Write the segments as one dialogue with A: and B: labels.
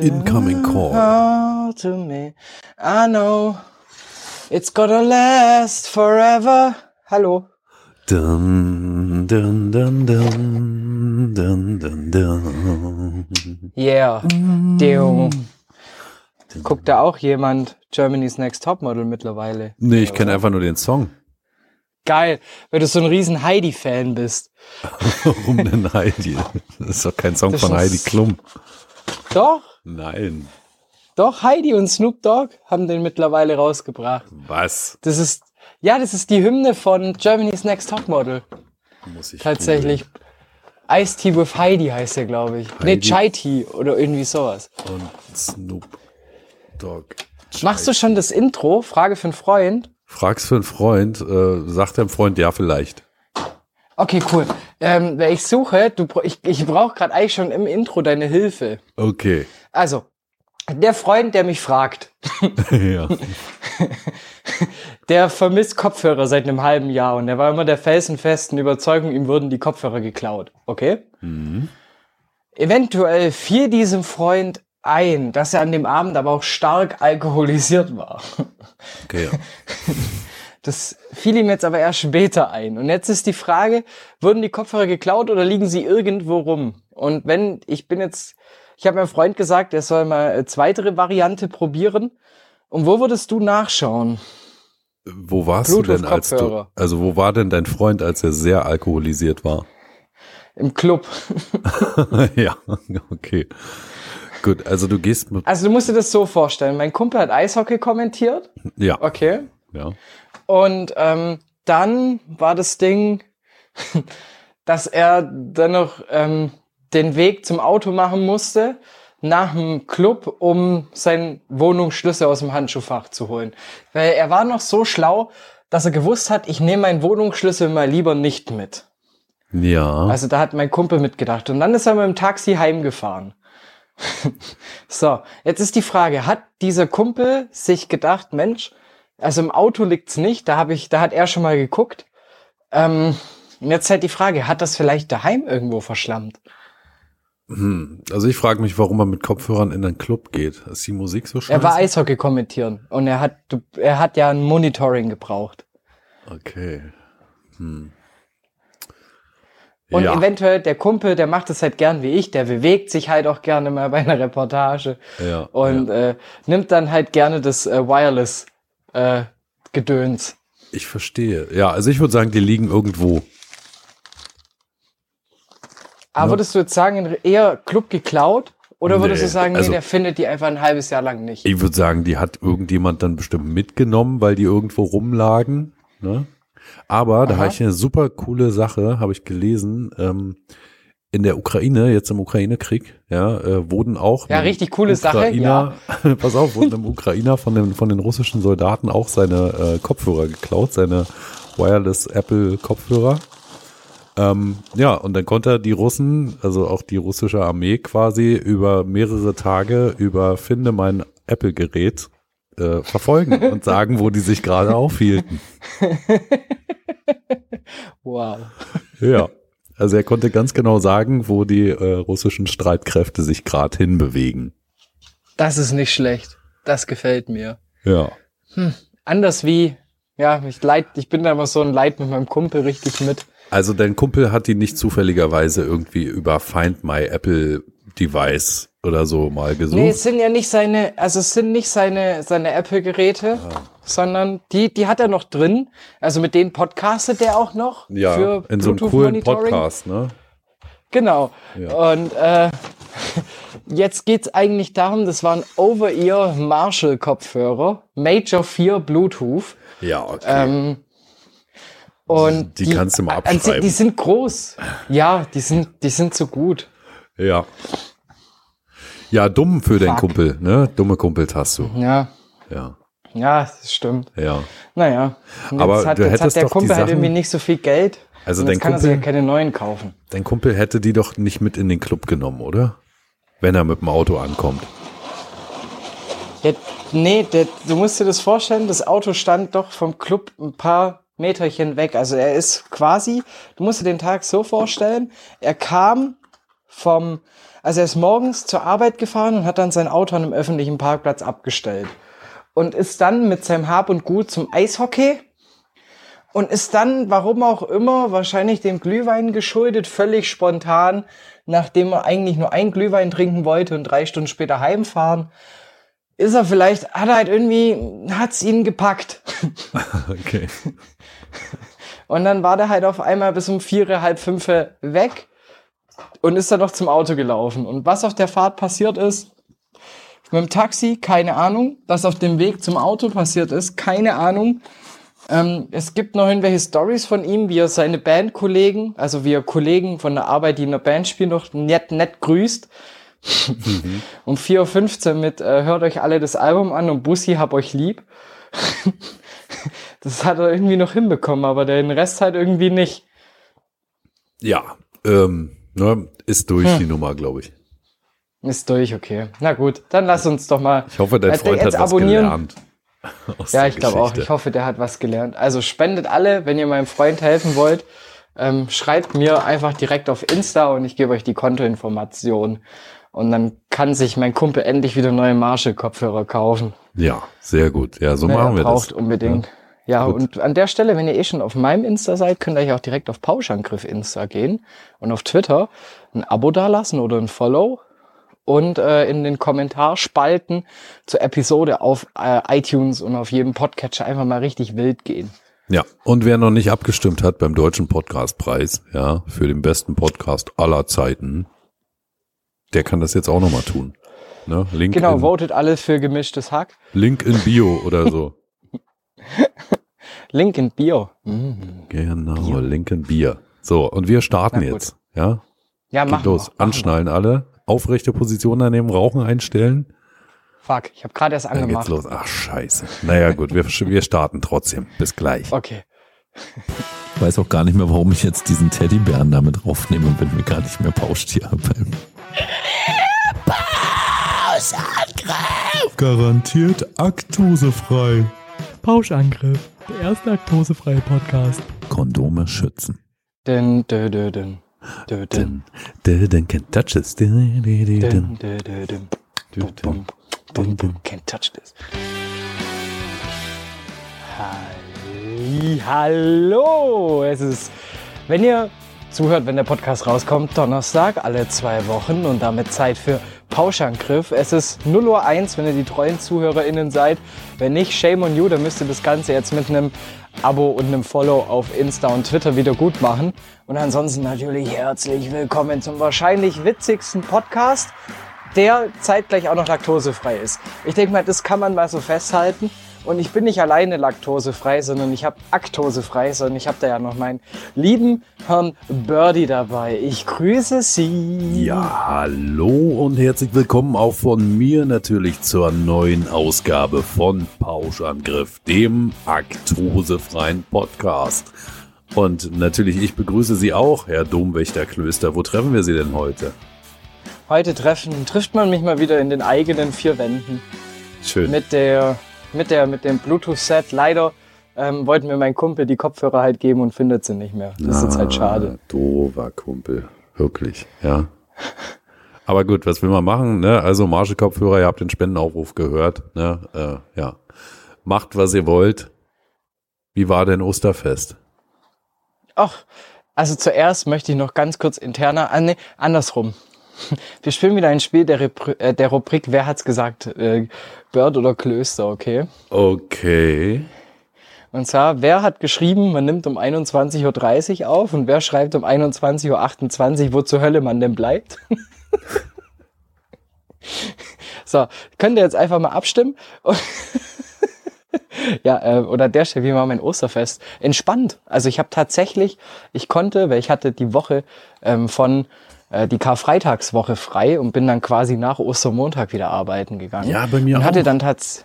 A: Incoming Call.
B: Oh, to me. I know. It's gonna last forever. Hallo.
A: Dun, dun, dun, dun, dun, dun, dun.
B: Yeah. Deo. Guckt da auch jemand Germany's Next Topmodel mittlerweile?
A: Nee, ich kenne einfach nur den Song.
B: Geil, weil du so ein riesen Heidi-Fan bist.
A: Warum denn Heidi? Das ist doch kein Song
B: Das
A: von
B: ist-
A: Heidi Klum.
B: Doch,
A: Nein.
B: doch, Heidi und Snoop Dogg haben den mittlerweile rausgebracht.
A: Was?
B: Das ist, ja, das ist die Hymne von Germany's Next Topmodel.
A: Muss ich
B: Tatsächlich. Ice Tea with Heidi heißt der, glaube ich. Nee,
A: Heidi.
B: Chai Tea oder irgendwie sowas.
A: googeln. Und Snoop Dogg.
B: Machst du schon das Intro? Frage für einen Freund.
A: Fragst für einen Freund, äh, sagt deinem Freund ja vielleicht.
B: Okay, cool. Ähm, weil ich suche, du, br- ich, ich brauche gerade eigentlich schon im Intro deine Hilfe.
A: Okay.
B: Also, der Freund, der mich fragt,
A: ja.
B: der vermisst Kopfhörer seit einem halben Jahr und der war immer der felsenfesten Überzeugung, ihm würden die Kopfhörer geklaut. Okay? Eventuell fiel diesem Freund ein, dass er an dem Abend aber auch stark alkoholisiert war.
A: Okay. Ja.
B: Das fiel ihm jetzt aber erst später ein. Und jetzt ist die Frage, wurden die Kopfhörer geklaut oder liegen sie irgendwo rum? Und wenn, ich bin jetzt, ich habe meinem Freund gesagt, er soll mal eine zweite Variante probieren. Und wo würdest du nachschauen?
A: Wo warst du denn als du,
B: Bluetooth-Kopfhörer.
A: also wo war denn dein Freund, als er sehr alkoholisiert war?
B: Im Club.
A: ja, okay. Gut, also du gehst mit,
B: Also du musst dir das so vorstellen. Mein Kumpel hat Eishockey kommentiert.
A: ja,
B: Okay.
A: ja.
B: Und ähm, dann war das Ding, dass er dann noch ähm, den Weg zum Auto machen musste nach dem Club, um seinen Wohnungsschlüssel aus dem Handschuhfach zu holen. Weil er war noch so schlau, dass er gewusst hat, ich nehme meinen Wohnungsschlüssel mal lieber nicht mit.
A: Ja,
B: Also da hat mein Kumpel mitgedacht. Und dann ist er mit dem Taxi heimgefahren. so, jetzt ist die Frage, hat dieser Kumpel sich gedacht, Mensch, also im Auto liegt's nicht, da habe ich, da hat er schon mal geguckt. Ähm, und jetzt halt die Frage, hat das vielleicht daheim irgendwo verschlammt?
A: also ich frage mich, warum man mit Kopfhörern in einen Club geht. Ist die Musik so scheiße?
B: Er war Eishockey kommentieren und er hat, du- er hat ja ein Monitoring gebraucht.
A: okay. Hm.
B: Und
A: Ja,
B: eventuell der Kumpel, der macht es halt gern wie ich, der bewegt sich halt auch gerne mal bei einer Reportage.
A: ja,
B: und
A: ja.
B: äh, nimmt dann halt gerne das äh, Wireless äh, Gedöns.
A: ich verstehe. Ja, also ich würde sagen, die liegen irgendwo.
B: Aber
A: Ja.
B: würdest du jetzt sagen, eher Club geklaut? Oder würdest
A: Nee,
B: du sagen, nee,
A: also-
B: der findet die einfach ein halbes Jahr lang nicht?
A: Ich würde sagen, die hat irgendjemand dann bestimmt mitgenommen, weil die irgendwo rumlagen. Ne? Aber da
B: Aha.
A: habe ich eine super coole Sache, habe ich gelesen. Ähm, in der Ukraine, jetzt im Ukraine-Krieg, ja, äh, wurden auch
B: Ja,
A: einem
B: richtig coole Sache,
A: Ukrainer, Sache. pass auf, wurden im Ukrainer von den von den russischen Soldaten auch seine äh, Kopfhörer geklaut, seine Wireless Apple Kopfhörer. Ähm, ja, und dann konnte die Russen, also auch die russische Armee quasi über mehrere Tage über Finde mein Apple-Gerät äh, verfolgen und sagen, wo die sich gerade aufhielten.
B: Wow.
A: Ja. Also er konnte ganz genau sagen, wo die äh, russischen Streitkräfte sich gerade hinbewegen.
B: Das ist nicht schlecht. Das gefällt mir.
A: Ja.
B: Anders wie, ja, ich leid, ich bin da immer so ein Leid mit meinem Kumpel richtig mit.
A: Also dein Kumpel hat die nicht zufälligerweise irgendwie über Find My Apple Device oder so mal gesucht.
B: Nee, es sind ja nicht seine, also es sind nicht seine, seine Apple-Geräte,
A: Ah.
B: sondern die, die hat er noch drin. Also mit denen podcastet er auch noch.
A: ja,
B: für
A: in so einem
B: Bluetooth
A: coolen
B: Monitoring.
A: Podcast, ne?
B: Genau.
A: Ja.
B: Und äh, jetzt geht's eigentlich darum, das waren Over-Ear Marshall-Kopfhörer, Major 4 Bluetooth.
A: Ja, okay.
B: Ähm, und
A: Die kannst du mal
B: an sich-
A: abschreiben.
B: Die sind groß. Ja, die sind, die sind so gut.
A: ja. Ja, dumm für den Kumpel, ne? Dumme Kumpels hast du.
B: Ja,
A: Ja,
B: ja, das stimmt.
A: ja.
B: Naja. Und
A: Aber
B: jetzt hat,
A: du
B: jetzt
A: hättest
B: hat der
A: doch die
B: Kumpel halt
A: Sachen-
B: irgendwie nicht so viel Geld.
A: Also
B: und
A: dein
B: jetzt kann er sich ja
A: Kumpel-
B: keine neuen kaufen.
A: Dein Kumpel hätte die doch nicht mit in den Club genommen, oder? Wenn er mit dem Auto ankommt.
B: Ja, nee, der, du musst dir das vorstellen, das Auto stand doch vom Club ein paar Meterchen weg. Also er ist quasi, du musst dir den Tag so vorstellen, er kam vom, Also er ist morgens zur Arbeit gefahren und hat dann sein Auto an einem öffentlichen Parkplatz abgestellt. Und ist dann mit seinem Hab und Gut zum Eishockey und ist dann, warum auch immer, wahrscheinlich dem Glühwein geschuldet, völlig spontan, nachdem er eigentlich nur einen Glühwein trinken wollte und drei Stunden später heimfahren, ist er vielleicht, hat er halt irgendwie, hat's ihn gepackt.
A: Okay.
B: Und dann war der halt auf einmal bis um vier, halb fünf weg und ist dann noch zum Auto gelaufen. Und was auf der Fahrt passiert ist, mit dem Taxi, keine Ahnung. Was auf dem Weg zum Auto passiert ist, keine Ahnung. Ähm, es gibt noch irgendwelche Stories von ihm, wie er seine Bandkollegen, also wie er Kollegen von der Arbeit, die in der Band spielen, noch nett, nett grüßt. um 4.15 Uhr mit äh, Hört euch alle das Album an und Bussi hab euch lieb. das hat er irgendwie noch hinbekommen, aber den Rest halt irgendwie nicht.
A: Ja, ähm, ne, ist durch
B: Hm.
A: die Nummer, glaube ich.
B: Ist durch, okay. Na gut, dann lass uns doch mal.
A: Ich hoffe, dein
B: Äh,
A: Freund hat
B: jetzt
A: was
B: abonnieren.
A: gelernt. aus
B: Ja,
A: der
B: ich glaube auch.
A: Geschichte.
B: Ich hoffe, der hat was gelernt. Also spendet alle, wenn ihr meinem Freund helfen wollt. Ähm, schreibt mir einfach direkt auf Insta und ich gebe euch die Kontoinformation. Und dann kann sich mein Kumpel endlich wieder neue Marshall-Kopfhörer kaufen.
A: Ja, sehr gut. Ja, so
B: Wer
A: machen wir
B: Ne, braucht um-
A: das.
B: unbedingt. Ja,
A: Gut.
B: und an der Stelle, wenn ihr eh schon auf meinem Insta seid, könnt ihr euch auch direkt auf Pauschangriff Insta gehen und auf Twitter ein Abo dalassen oder ein Follow und äh, in den Kommentarspalten zur Episode auf äh, iTunes und auf jedem Podcatcher einfach mal richtig wild gehen.
A: Ja, und wer noch nicht abgestimmt hat beim Deutschen Podcastpreis, ja, für den besten Podcast aller Zeiten, der kann das jetzt auch nochmal tun. Ne? Link,
B: Genau,
A: in,
B: votet alle für gemischtes Hack.
A: Link in Bio oder so.
B: Link in Bio. Mhm.
A: genau, Link in Bier. So, und wir starten
B: Na gut.
A: jetzt. Ja,
B: Ja, mach
A: geht los. Anschnallen alle. Aufrechte Position daneben, Rauchen einstellen.
B: Fuck, ich habe gerade erst
A: Dann geht's
B: angemacht.
A: los. Ach, scheiße. Naja, gut, wir, wir starten trotzdem. Bis gleich.
B: Okay.
C: weiß auch gar nicht mehr, warum ich jetzt diesen Teddybären damit draufnehme und bin mir gar nicht mehr Pauschtier beim Pauschangriff. Garantiert aktosefrei.
D: Pauschangriff, der erste laktosefreie Podcast.
C: Kondome schützen.
B: Dün, dün, dün, dün. Dün, dün,
A: Dun, dun, dun, can't touch this. Dun, dun, dun, dun,
B: dün, dün, dun, dun.
A: dun, dun.
B: Bum, bum, bum, can't touch this. Halli, hallo, es ist, wenn ihr zuhört, wenn der Podcast rauskommt, Donnerstag alle zwei Wochen und damit Zeit für Pauschangriff. Es ist 0 Uhr 1, wenn ihr die treuen ZuhörerInnen seid. Wenn nicht, shame on you, dann müsst ihr das Ganze jetzt mit einem Abo und einem Follow auf Insta und Twitter wieder gut machen. Und ansonsten natürlich herzlich willkommen zum wahrscheinlich witzigsten Podcast der zeitgleich auch noch laktosefrei ist. Ich denke mal, das kann man mal so festhalten. Und ich bin nicht alleine laktosefrei, sondern ich habe aktosefrei, sondern ich habe da ja noch meinen lieben Herrn Birdie dabei. Ich grüße Sie.
A: Ja, hallo und herzlich willkommen auch von mir natürlich zur neuen Ausgabe von Pauschangriff, dem aktosefreien Podcast. Und natürlich, ich begrüße Sie auch, Herr Domwächter Klöster. Wo treffen wir Sie denn heute?
B: Heute treffen, trifft man mich mal wieder in den eigenen vier Wänden
A: Schön.
B: mit der, mit der, mit dem Bluetooth-Set. Leider ähm, wollten mir mein Kumpel die Kopfhörer halt geben und findet sie nicht mehr. Das ist jetzt halt schade.
A: Ah, Doofer Kumpel. Wirklich, ja. Aber gut, was will man machen? Ne? Also Marschekopfhörer, ihr habt den Spendenaufruf gehört. Ne? Äh, ja. Macht, was ihr wollt. Wie war denn Osterfest?
B: Ach, also zuerst möchte ich noch ganz kurz interner, ah, nee, andersrum. Wir spielen wieder ein Spiel der, Repri äh, der Rubrik Wer hat's gesagt? Äh, Bird oder Klöster, okay?
A: Okay.
B: Und zwar, wer hat geschrieben, man nimmt um 21.30 Uhr auf und wer schreibt um 21.28 Uhr, wo zur Hölle man denn bleibt? so, könnt ihr jetzt einfach mal abstimmen? Und ja, äh, oder der Stelle, wie war mein Osterfest? Entspannt. Also ich habe tatsächlich, ich konnte, weil ich hatte die Woche ähm, von äh, die Karfreitagswoche frei und bin dann quasi nach Ostermontag wieder arbeiten gegangen.
A: Ja, bei mir
B: und
A: auch.
B: hatte dann tats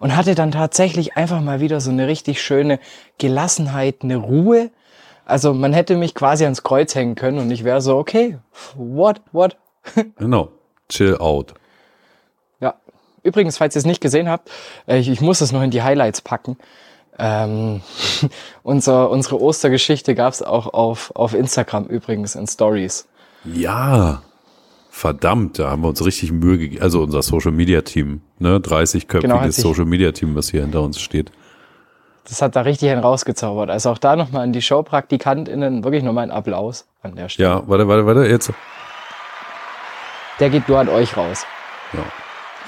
B: und hatte dann tatsächlich einfach mal wieder so eine richtig schöne Gelassenheit, eine Ruhe. Also man hätte mich quasi ans Kreuz hängen können und ich wäre so, okay, what, what,
A: Genau. Chill out.
B: ja. Übrigens, falls ihr es nicht gesehen habt, äh, ich, ich muss es noch in die Highlights packen. Ähm, unser, unsere Ostergeschichte gab's auch auf, auf Instagram übrigens in Stories.
A: Ja. Verdammt, da haben wir uns richtig Mühe gegeben. Also unser Social Media Team, ne? 30-köpfiges
B: Genau, hat sich-
A: Social Media Team, was hier hinter uns steht.
B: Das hat da richtig einen rausgezaubert. Also auch da nochmal an die ShowpraktikantInnen wirklich nochmal einen Applaus an der Stelle.
A: Ja, warte, warte, warte, jetzt.
B: Der geht nur an euch raus.
A: Ja,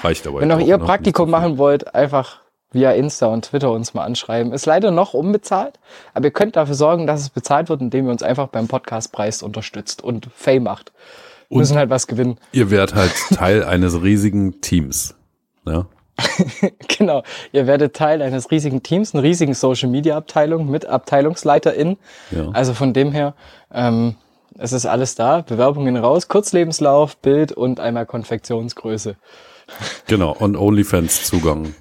A: reicht aber.
B: Wenn
A: jetzt
B: auch ihr
A: ne?
B: Praktikum
A: Nicht so viel.
B: machen wollt, einfach via Insta und Twitter uns mal anschreiben. Ist leider noch unbezahlt, aber ihr könnt dafür sorgen, dass es bezahlt wird, indem ihr uns einfach beim Podcastpreis unterstützt und Fame macht. Wir
A: Und-
B: müssen halt was gewinnen.
A: Ihr werdet halt Teil eines riesigen Teams. Ne?
B: Genau. Ihr werdet Teil eines riesigen Teams, einer riesigen Social Media Abteilung mit AbteilungsleiterInnen.
A: Ja.
B: Also von dem her, ähm, es ist alles da. Bewerbungen raus, Kurzlebenslauf, Bild und einmal Konfektionsgröße.
A: Genau, und OnlyFans-Zugang.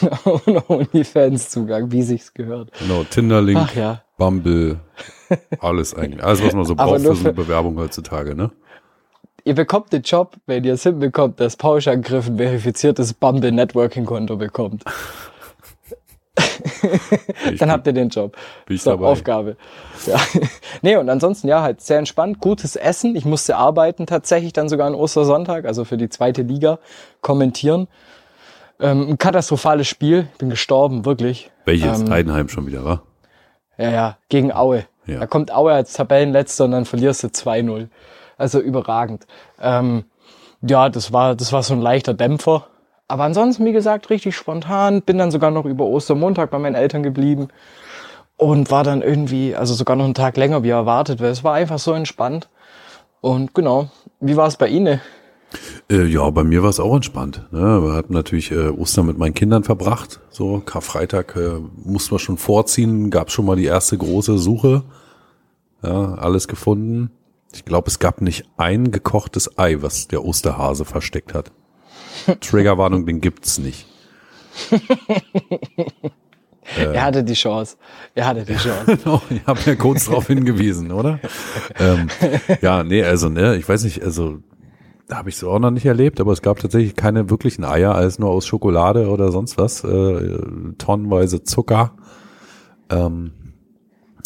B: Genau. Und OnlyFans-Zugang, wie sich's gehört.
A: Genau, Tinder-Link,
B: Ach ja.
A: Bumble, alles eigentlich. Alles, was man so
B: Aber
A: braucht
B: nur
A: für so eine
B: für-
A: Bewerbung heutzutage, ne?
B: Ihr bekommt den Job, wenn ihr es hinbekommt, dass Pauschangriff ein verifiziertes Bumble Networking Konto bekommt.
A: Ich
B: Dann
A: bin-
B: habt ihr den Job.
A: bin ich
B: so,
A: dabei.
B: Aufgabe. Ja. nee, und ansonsten, ja, halt sehr entspannt, gutes Essen. Ich musste arbeiten tatsächlich dann sogar an Ostersonntag, also für die zweite Liga, kommentieren. Ähm, ein katastrophales Spiel. Bin gestorben, wirklich.
A: Welches?
B: Ähm,
A: Heidenheim schon wieder, wa?
B: Ja, ja, gegen Aue.
A: Ja.
B: Da kommt Aue als Tabellenletzter und dann verlierst du 2-0. Also überragend. Ähm, ja, das war, das war so ein leichter Dämpfer. Aber ansonsten, wie gesagt, richtig spontan. Bin dann sogar noch über Ostermontag bei meinen Eltern geblieben und war dann irgendwie, also sogar noch einen Tag länger wie erwartet, weil es war einfach so entspannt. Und genau, wie war es bei Ihnen?
A: Äh, ja, bei mir war es auch entspannt. Ne? Wir hatten natürlich äh, Ostern mit meinen Kindern verbracht. So, Karfreitag äh, mussten wir schon vorziehen, gab schon mal die erste große Suche. Ja, alles gefunden. Ich glaube, es gab nicht ein gekochtes Ei, was der Osterhase versteckt hat. Triggerwarnung, den gibt's nicht.
B: Er hatte die Chance. Er hatte die Chance.
A: Genau, ich habe ja kurz darauf hingewiesen, oder? ähm, ja, nee, also, ne, ich weiß nicht, also habe ich so auch noch nicht erlebt, aber es gab tatsächlich keine wirklichen Eier, alles nur aus Schokolade oder sonst was, äh, tonnenweise Zucker. Ähm,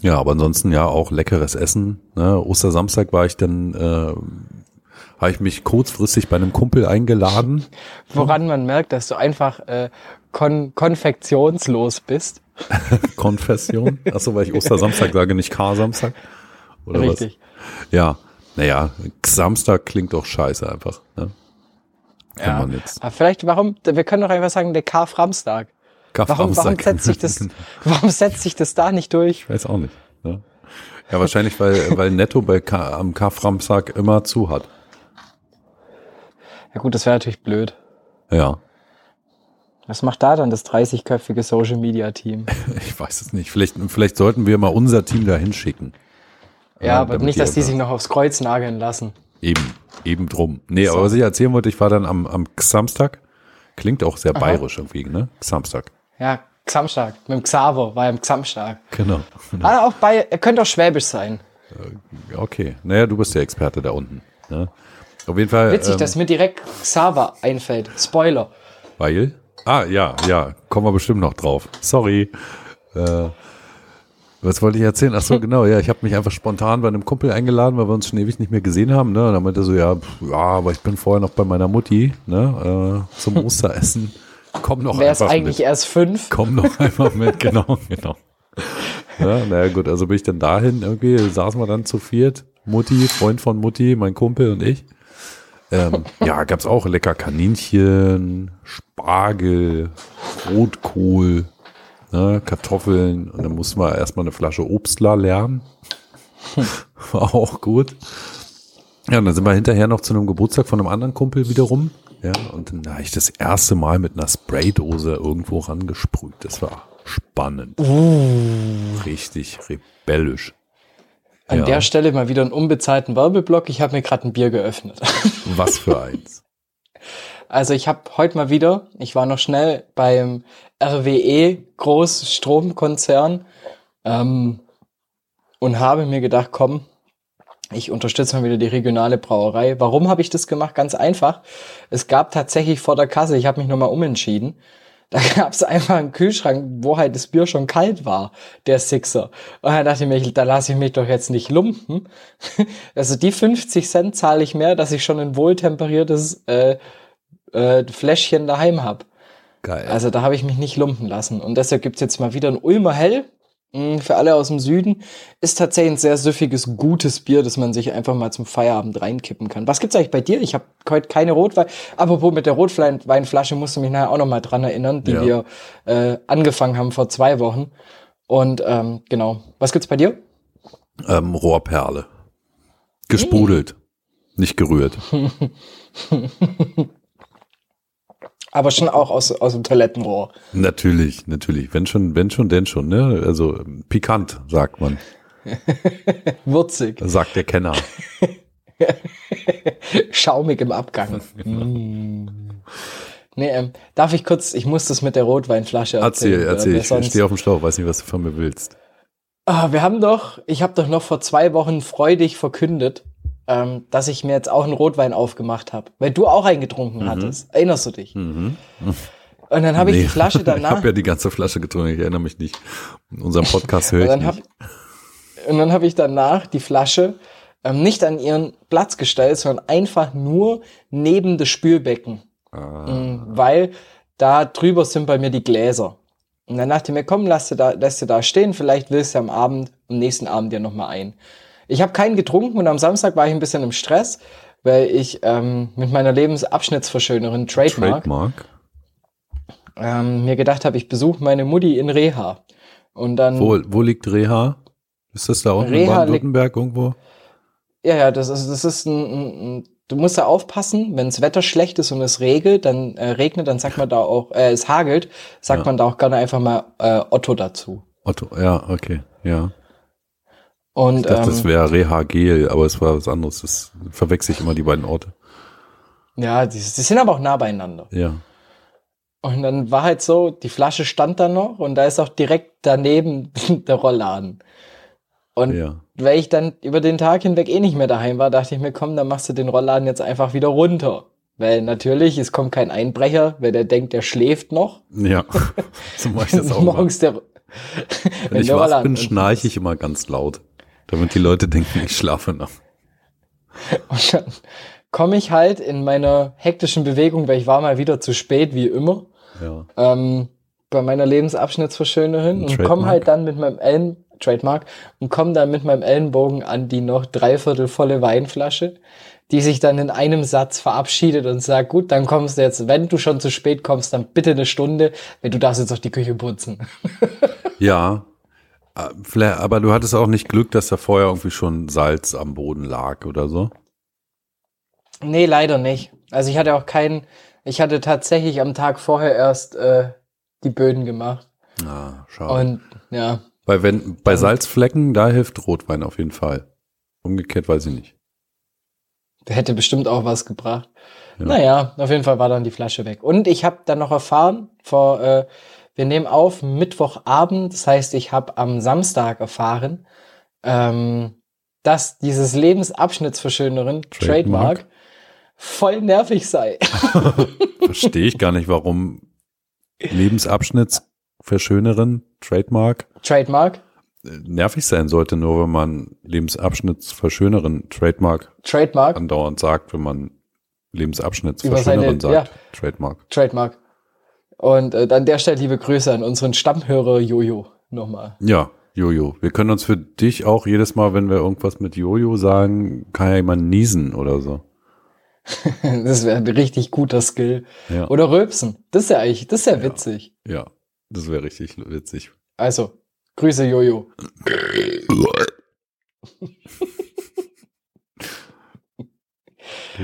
A: ja, aber ansonsten ja auch leckeres Essen. Ne? Ostersamstag war ich dann, äh, habe ich mich kurzfristig bei einem Kumpel eingeladen.
B: Woran man merkt, dass du einfach äh, kon konfektionslos bist.
A: Konfession. Achso, weil ich Ostersamstag sage, nicht Kar-Samstag. Oder was?
B: Richtig.
A: Ja, naja, Samstag klingt doch scheiße einfach. Ne? Kann
B: Ja.
A: man jetzt.
B: Aber Ah, vielleicht, warum, wir können doch einfach sagen, der Karframstag. Warum, warum,
A: Samstag.
B: setzt sich das, warum setzt sich das da nicht durch?
A: Ich weiß auch nicht. Ne? Ja, wahrscheinlich, weil, weil Netto bei Ka am Karframstag immer zu hat.
B: Ja gut, das wäre natürlich blöd.
A: Ja,
B: Was macht da dann das 30-köpfige Social Media Team?
A: ich weiß es nicht. Vielleicht, vielleicht sollten wir mal unser Team da hinschicken.
B: Ja, aber
A: damit
B: nicht, dass die
A: einfach-
B: sich noch aufs Kreuz nageln lassen.
A: Eben, eben drum. Nee,
B: So.
A: aber was ich erzählen wollte, ich war dann am, am Samstag. Klingt auch sehr bayerisch irgendwie, ne? Samstag.
B: Ja, Xamstag. Mit dem Xaver war ja im Xamstag.
A: Genau.
B: Ah, auch bei, er könnte auch Schwäbisch sein.
A: Okay. Naja, du bist der Experte da unten. Ne? Auf jeden Fall.
B: Witzig,
A: ähm,
B: dass mir direkt Xaver einfällt. Spoiler.
A: Weil? Ah, ja, ja, kommen wir bestimmt noch drauf. Sorry. Äh, was wollte ich erzählen? Ach so, genau, ja, ich habe mich einfach spontan bei einem Kumpel eingeladen, weil wir uns schon ewig nicht mehr gesehen haben. Ne? Und dann meinte er so, ja, pf, ja, aber ich bin vorher noch bei meiner Mutti ne? äh, zum Osteressen. Komm noch
B: Wer ist
A: einfach
B: eigentlich
A: mit.
B: erst fünf?
A: Komm noch einfach mit, genau, genau. Ja, naja, gut, also bin ich dann dahin, irgendwie saßen wir dann zu viert. Mutti, Freund von Mutti, mein Kumpel und ich. Ähm, ja, gab's auch lecker Kaninchen, Spargel, Rotkohl, ne, Kartoffeln. Und dann mussten wir erstmal eine Flasche Obstler lernen. War auch gut. Ja, und dann sind wir hinterher noch zu einem Geburtstag von einem anderen Kumpel wiederum. Ja, und dann habe ich das erste Mal mit einer Spraydose irgendwo rangesprüht. Das war spannend. Uh. Richtig rebellisch.
B: An
A: Ja.
B: der Stelle mal wieder einen unbezahlten Werbeblock. Ich habe mir gerade ein Bier geöffnet.
A: Was für eins.
B: Also ich habe heute mal wieder, ich war noch schnell beim RWE Großstromkonzern ähm, und habe mir gedacht, komm, ich unterstütze mal wieder die regionale Brauerei. Warum habe ich das gemacht? Ganz einfach. Es gab tatsächlich vor der Kasse, ich habe mich nochmal umentschieden, Da gab es einfach einen Kühlschrank, wo halt das Bier schon kalt war, der Sixer. Und dann dachte ich mir, da lasse ich mich doch jetzt nicht lumpen. Also die 50 Cent zahle ich mehr, dass ich schon ein wohltemperiertes äh, äh, Fläschchen daheim habe.
A: Geil.
B: Also da habe ich mich nicht lumpen lassen. Und deshalb gibt's jetzt mal wieder ein Ulmer Hell. Mm, Für alle aus dem Süden ist tatsächlich ein sehr süffiges, gutes Bier, das man sich einfach mal zum Feierabend reinkippen kann. Was gibt's eigentlich bei dir? Ich habe heute keine Rotwein. Apropos mit der Rotweinflasche musst du mich nachher auch noch mal dran erinnern, die
A: Ja.
B: wir äh, angefangen haben vor zwei Wochen. Und ähm, genau, was gibt's bei dir?
A: Ähm, Rohrperle. Gesprudelt. Nicht gerührt.
B: Aber schon auch aus, aus dem Toilettenrohr.
A: Natürlich, natürlich. Wenn schon, wenn schon, denn schon, ne? Also ähm, pikant, sagt man.
B: Würzig,
A: Sagt der Kenner.
B: schaumig im Abgang.
A: Genau.
B: Mm. Nee, ähm, darf ich kurz, ich muss das mit der Rotweinflasche erzählen. äh,
A: Erzähl,
B: weil
A: erzähl.
B: wir
A: Ich
B: sonst-
A: stehe auf dem Schlauch, weiß nicht, was du von mir willst.
B: Ah, wir haben doch, ich habe doch noch vor zwei Wochen freudig verkündet, ähm, dass ich mir jetzt auch einen Rotwein aufgemacht habe, weil du auch einen getrunken hattest. Erinnerst du dich?
A: Mhm.
B: Und dann habe ich die Flasche
A: Ich
B: danach.
A: habe ja die ganze Flasche getrunken, ich erinnere mich nicht. Unseren Podcast höre
B: und
A: ich
B: dann habe
A: nicht.
B: und dann habe ich danach die Flasche ähm, nicht an ihren Platz gestellt, sondern einfach nur neben das Spülbecken,
A: Ah,
B: Mhm, weil da drüber sind bei mir die Gläser. Und dann dachte ich mir, komm, lass sie da, lass sie da stehen, vielleicht willst du am Abend, am nächsten Abend ja nochmal ein. Ich habe keinen getrunken und am Samstag war ich ein bisschen im Stress, weil ich ähm, mit meiner Lebensabschnittsverschönerin Trademark,
A: Trademark.
B: Ähm, mir gedacht habe, ich besuche meine Mutti in Reha. Und dann,
A: Wo, wo liegt Reha? Ist das da unten in
B: Hm. Reha
A: Baden-Württemberg irgendwo?
B: ja, ja, das ist, das ist ein, ein, ein du musst da aufpassen, wenn das Wetter schlecht ist und es regelt, dann äh, regnet, dann sagt man da auch, äh, es hagelt, sagt
A: Ja.
B: man da auch gerne einfach mal äh, Otto dazu.
A: Otto, ja, okay, ja.
B: Und
A: Ich dachte, das
B: ähm,
A: wäre Reha Gel, aber es war was anderes. Das verwechsel ich immer die beiden Orte.
B: ja, die, die sind aber auch nah beieinander.
A: Ja.
B: Und dann war halt so, die Flasche stand da noch und da ist auch direkt daneben der Rollladen. Und
A: Ja.
B: weil ich dann über den Tag hinweg eh nicht mehr daheim war, dachte ich mir, komm, dann machst du den Rollladen jetzt einfach wieder runter. Weil natürlich, es kommt kein Einbrecher, weil der denkt, der schläft noch.
A: Ja. so mache ich das auch. Immer.
B: Morgens der,
A: Wenn ich
B: der
A: wach
B: Rollladen
A: bin,
B: unten
A: schnarche ich immer ganz laut. Damit die Leute denken, ich schlafe noch.
B: Und dann komme ich halt in meiner hektischen Bewegung, weil ich war mal wieder zu spät, wie immer,
A: Ja.
B: ähm, bei meiner Lebensabschnittsverschönerin und
A: Trademark.
B: komme halt dann mit meinem Ellen Trademark und komme dann mit meinem Ellenbogen an die noch dreiviertel volle Weinflasche, die sich dann in einem Satz verabschiedet und sagt, gut, dann kommst du jetzt, wenn du schon zu spät kommst, dann bitte eine Stunde, weil du darfst jetzt auch die Küche putzen.
A: Ja. Äh, vielleicht- Aber du hattest auch nicht Glück, dass da vorher irgendwie schon Salz am Boden lag oder so.
B: Nee, leider nicht. Also ich hatte auch keinen, ich hatte tatsächlich am Tag vorher erst äh, die Böden gemacht.
A: Ah, schade.
B: Und ja,
A: bei, wenn, bei Salzflecken, da hilft Rotwein auf jeden Fall. Umgekehrt weiß ich nicht.
B: hätte bestimmt auch was gebracht.
A: Ja.
B: Naja, auf jeden Fall war dann die Flasche weg. Und ich habe dann noch erfahren, vor, äh, wir nehmen auf Mittwochabend, das heißt, ich habe am Samstag erfahren, ähm, dass dieses Lebensabschnittsverschönerin Trademark,
A: Trademark.
B: voll nervig sei.
A: Verstehe ich gar nicht, warum Lebensabschnittsverschönerin, Trademark,
B: Trademark?
A: äh, nervig sein sollte, nur wenn man Lebensabschnittsverschönerin, Trademark
B: Trademark?
A: andauernd sagt, wenn man
B: Über
A: Lebensabschnittsverschönerin
B: seine-
A: sagt, Trademark.
B: Trademark. Und äh, an der Stelle liebe Grüße an unseren Stammhörer Jojo nochmal.
A: Ja, Jojo. Wir können uns für dich auch jedes Mal, wenn wir irgendwas mit Jojo sagen, kann ja jemand niesen oder so.
B: Das wäre ein richtig guter Skill.
A: Ja,
B: Oder Röpsen. Das ist ja eigentlich, das ist ja
A: Ja.
B: witzig.
A: ja. das wäre richtig witzig.
B: Also, Grüße Jojo.
A: Ja.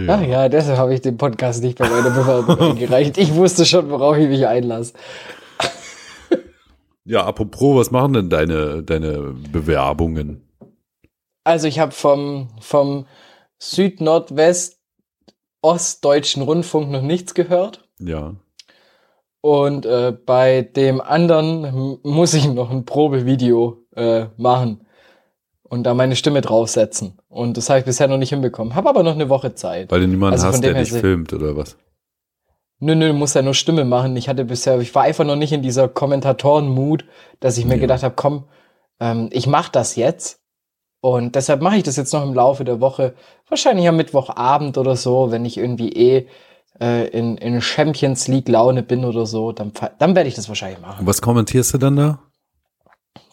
B: Ach ja, deshalb habe ich den Podcast nicht bei meiner Bewerbung eingereicht. Ich wusste schon, worauf ich mich einlasse.
A: ja, apropos, was machen denn deine, deine Bewerbungen?
B: Also ich habe vom, vom Süd-Nordwest-Ostdeutschen Rundfunk noch nichts gehört.
A: Ja.
B: Und äh, bei dem anderen m- muss ich noch ein Probevideo äh, machen und da meine Stimme draufsetzen. Und das habe ich bisher noch nicht hinbekommen. Habe aber noch eine Woche Zeit.
A: Weil du niemanden
B: Also von
A: hast,
B: dem
A: der
B: her
A: dich
B: se-
A: filmt oder was?
B: Nö, nö, muss ja nur Stimme machen. Ich hatte bisher, ich war einfach noch nicht in dieser Kommentatoren-Mut, dass ich mir
C: Ja.
B: gedacht habe, komm, ähm, ich mache das jetzt. Und deshalb mache ich das jetzt noch im Laufe der Woche. Wahrscheinlich am Mittwochabend oder so, wenn ich irgendwie eh äh, in, in Champions League Laune bin oder so, dann, fa- dann werde ich das wahrscheinlich machen.
A: Und was kommentierst du dann da?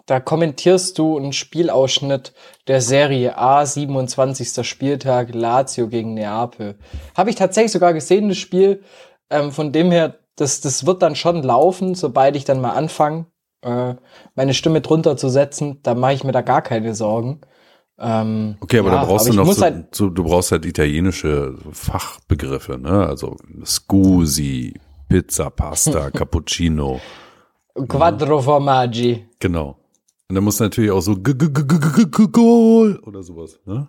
B: Da kommentierst du einen Spielausschnitt der Serie A, 27. Spieltag, Lazio gegen Neapel. Habe ich tatsächlich sogar gesehen, das Spiel. Ähm, von dem her, das, das wird dann schon laufen, sobald ich dann mal anfange, äh, meine Stimme drunter zu setzen. Da mache ich mir da gar keine Sorgen. Ähm,
A: Okay, aber
B: ja,
A: da brauchst
B: aber
A: du
B: ich
A: noch
B: muss
A: so,
B: halt,
A: so, du brauchst halt italienische Fachbegriffe, ne? Also Scusi, Pizza, Pasta, Cappuccino. Mhm.
B: Quattro Formaggi.
A: Genau. Und dann muss natürlich auch so G- G- G- G- G- G- Goal oder sowas, ne?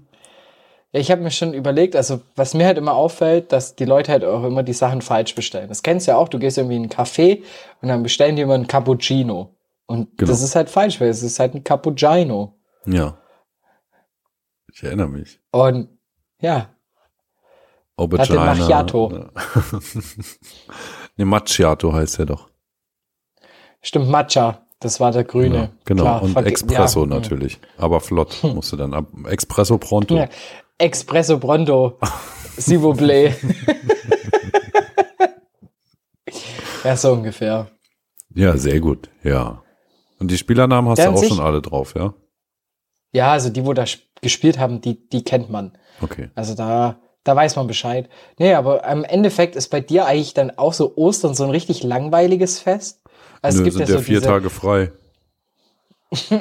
B: Ja, ich habe mir schon überlegt, also was mir halt immer auffällt, dass die Leute halt auch immer die Sachen falsch bestellen. Das kennst du ja auch, du gehst irgendwie in einen Café und dann bestellen die immer einen Cappuccino. Und
A: Genau.
B: das ist halt falsch, weil es ist halt ein Cappuccino.
A: Ja. Ich erinnere mich.
B: Und ja,
A: Aubergine.
B: Macchiato.
A: ne, Macchiato heißt er doch.
B: stimmt, Matcha, das war der Grüne.
A: Ja, genau.
B: Klar,
A: Und
B: verge-
A: Espresso
B: ja, Hm.
A: natürlich. Aber flott musst du dann ab. Espresso pronto.
B: Ja. Espresso Brondo, s'il vous plaît. ja, so ungefähr.
A: Ja, sehr gut. Ja. Und die Spielernamen hast
B: Ja,
A: du
B: an
A: auch
B: sich-
A: schon alle drauf, ja?
B: Ja, also die, wo da sp- gespielt haben, die, die kennt man.
A: Okay.
B: Also da, da weiß man Bescheid. Nee, aber im Endeffekt ist bei dir eigentlich dann auch so Ostern so ein richtig langweiliges Fest. Also
A: Nö,
B: es gibt ja
A: sind
B: so
A: ja vier
B: diese,
A: Tage frei.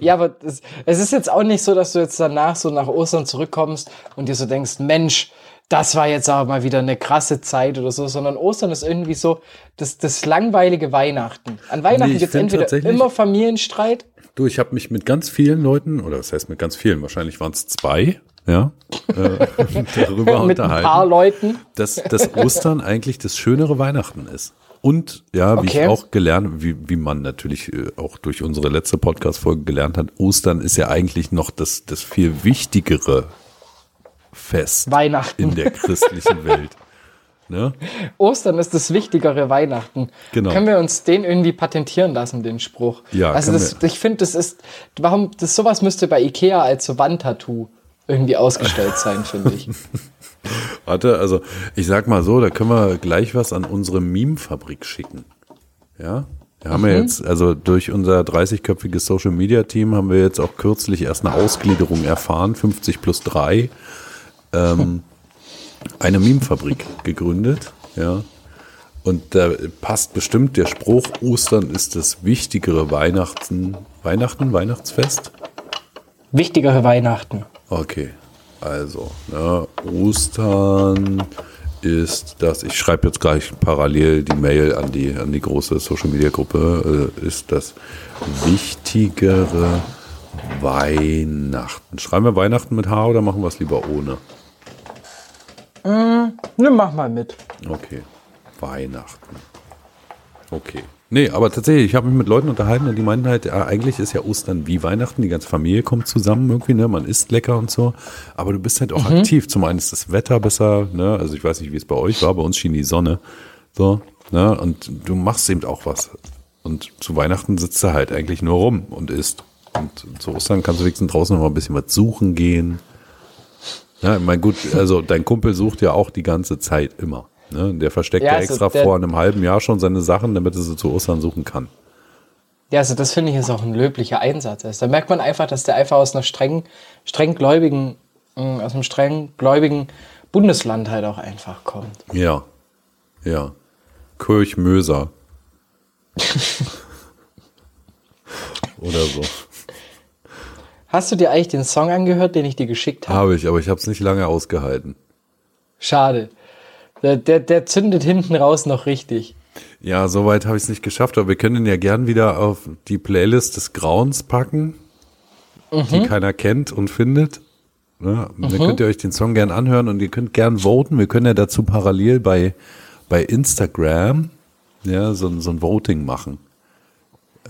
B: Ja, aber es, es ist jetzt auch nicht so, dass du jetzt danach so nach Ostern zurückkommst und dir so denkst, Mensch, das war jetzt aber mal wieder eine krasse Zeit oder so, sondern Ostern ist irgendwie so das, das langweilige Weihnachten. An Weihnachten
A: Nee, ich
B: gibt's
A: find
B: entweder
A: tatsächlich-
B: immer Familienstreit.
A: Du, ich habe mich mit ganz vielen Leuten, oder das heißt mit ganz vielen, wahrscheinlich waren es zwei, ja, äh, darüber
B: Mit ein
A: unterhalten.
B: paar Leuten.
A: dass, dass Ostern eigentlich das schönere Weihnachten ist. Und ja, wie
B: Okay.
A: ich auch gelernt, wie, wie man natürlich äh, auch durch unsere letzte Podcast-Folge gelernt hat, Ostern ist ja eigentlich noch das, das viel wichtigere Fest
B: Weihnachten.
A: in der christlichen Welt. Ne?
B: Ostern ist das wichtigere Weihnachten.
A: Genau.
B: Können wir uns den irgendwie patentieren lassen, den Spruch?
A: Ja,
B: Also
A: können
B: das,
A: wir.
B: ich finde, das ist, warum, das sowas müsste bei Ikea als so Wandtattoo irgendwie ausgestellt sein, finde ich.
A: Warte, also ich sag mal so, da können wir gleich was an unsere Meme-Fabrik schicken. Ja? Wir haben ja jetzt, also durch unser 30-köpfiges Social Media Team haben wir jetzt auch kürzlich erst eine Ausgliederung erfahren, 50 plus 3, ähm, eine Meme-Fabrik gegründet. Ja. Und da passt bestimmt der Spruch, Ostern ist das wichtigere Weihnachten, Weihnachten, Weihnachtsfest.
B: Wichtigere Weihnachten.
A: Okay, also, ne, Ostern ist das, ich schreibe jetzt gleich parallel die Mail an die, an die große Social Media Gruppe, äh, ist das wichtigere Weihnachten. Schreiben wir Weihnachten mit H oder machen wir es lieber ohne?
B: Ne, mach mal mit.
A: Okay. Weihnachten. Okay. Nee, aber tatsächlich, ich habe mich mit Leuten unterhalten und die meinten halt, ja, eigentlich ist ja Ostern wie Weihnachten, die ganze Familie kommt zusammen irgendwie, ne? Man isst lecker und so. Aber du bist halt auch aktiv. Zum einen ist das Wetter besser, ne? Also ich weiß nicht, wie es bei euch war, bei uns schien die Sonne. So, ne? Und du machst eben auch was. Und zu Weihnachten sitzt du halt eigentlich nur rum und isst. Und zu Ostern kannst du wenigstens draußen noch mal ein bisschen was suchen gehen. Ja, ich meine, gut, also dein Kumpel sucht ja auch die ganze Zeit immer. Ne? Der versteckt ja,
B: Ja, also
A: extra
B: der-
A: vor einem halben Jahr schon seine Sachen, damit er sie zu Ostern suchen kann.
B: Ja, also das finde ich ist auch ein löblicher Einsatz. Also da merkt man einfach, dass der einfach aus einer strengen, streng gläubigen, mh, aus einem streng gläubigen Bundesland halt auch einfach kommt.
A: Ja. Ja. Kirchmöser. Oder so.
B: Hast du dir eigentlich den Song angehört, den ich dir geschickt habe?
A: Habe ich, aber ich habe es nicht lange ausgehalten.
B: Schade. Der, der, der zündet hinten raus noch richtig.
A: Ja, soweit habe ich es nicht geschafft, aber wir können ihn ja gern wieder auf die Playlist des Grauens packen, die
B: Mhm.
A: keiner kennt und findet. Ne? Und Dann könnt ihr euch den Song gern anhören und ihr könnt gern voten. Wir können ja dazu parallel bei, bei Instagram ja, so, ein- so ein Voting machen,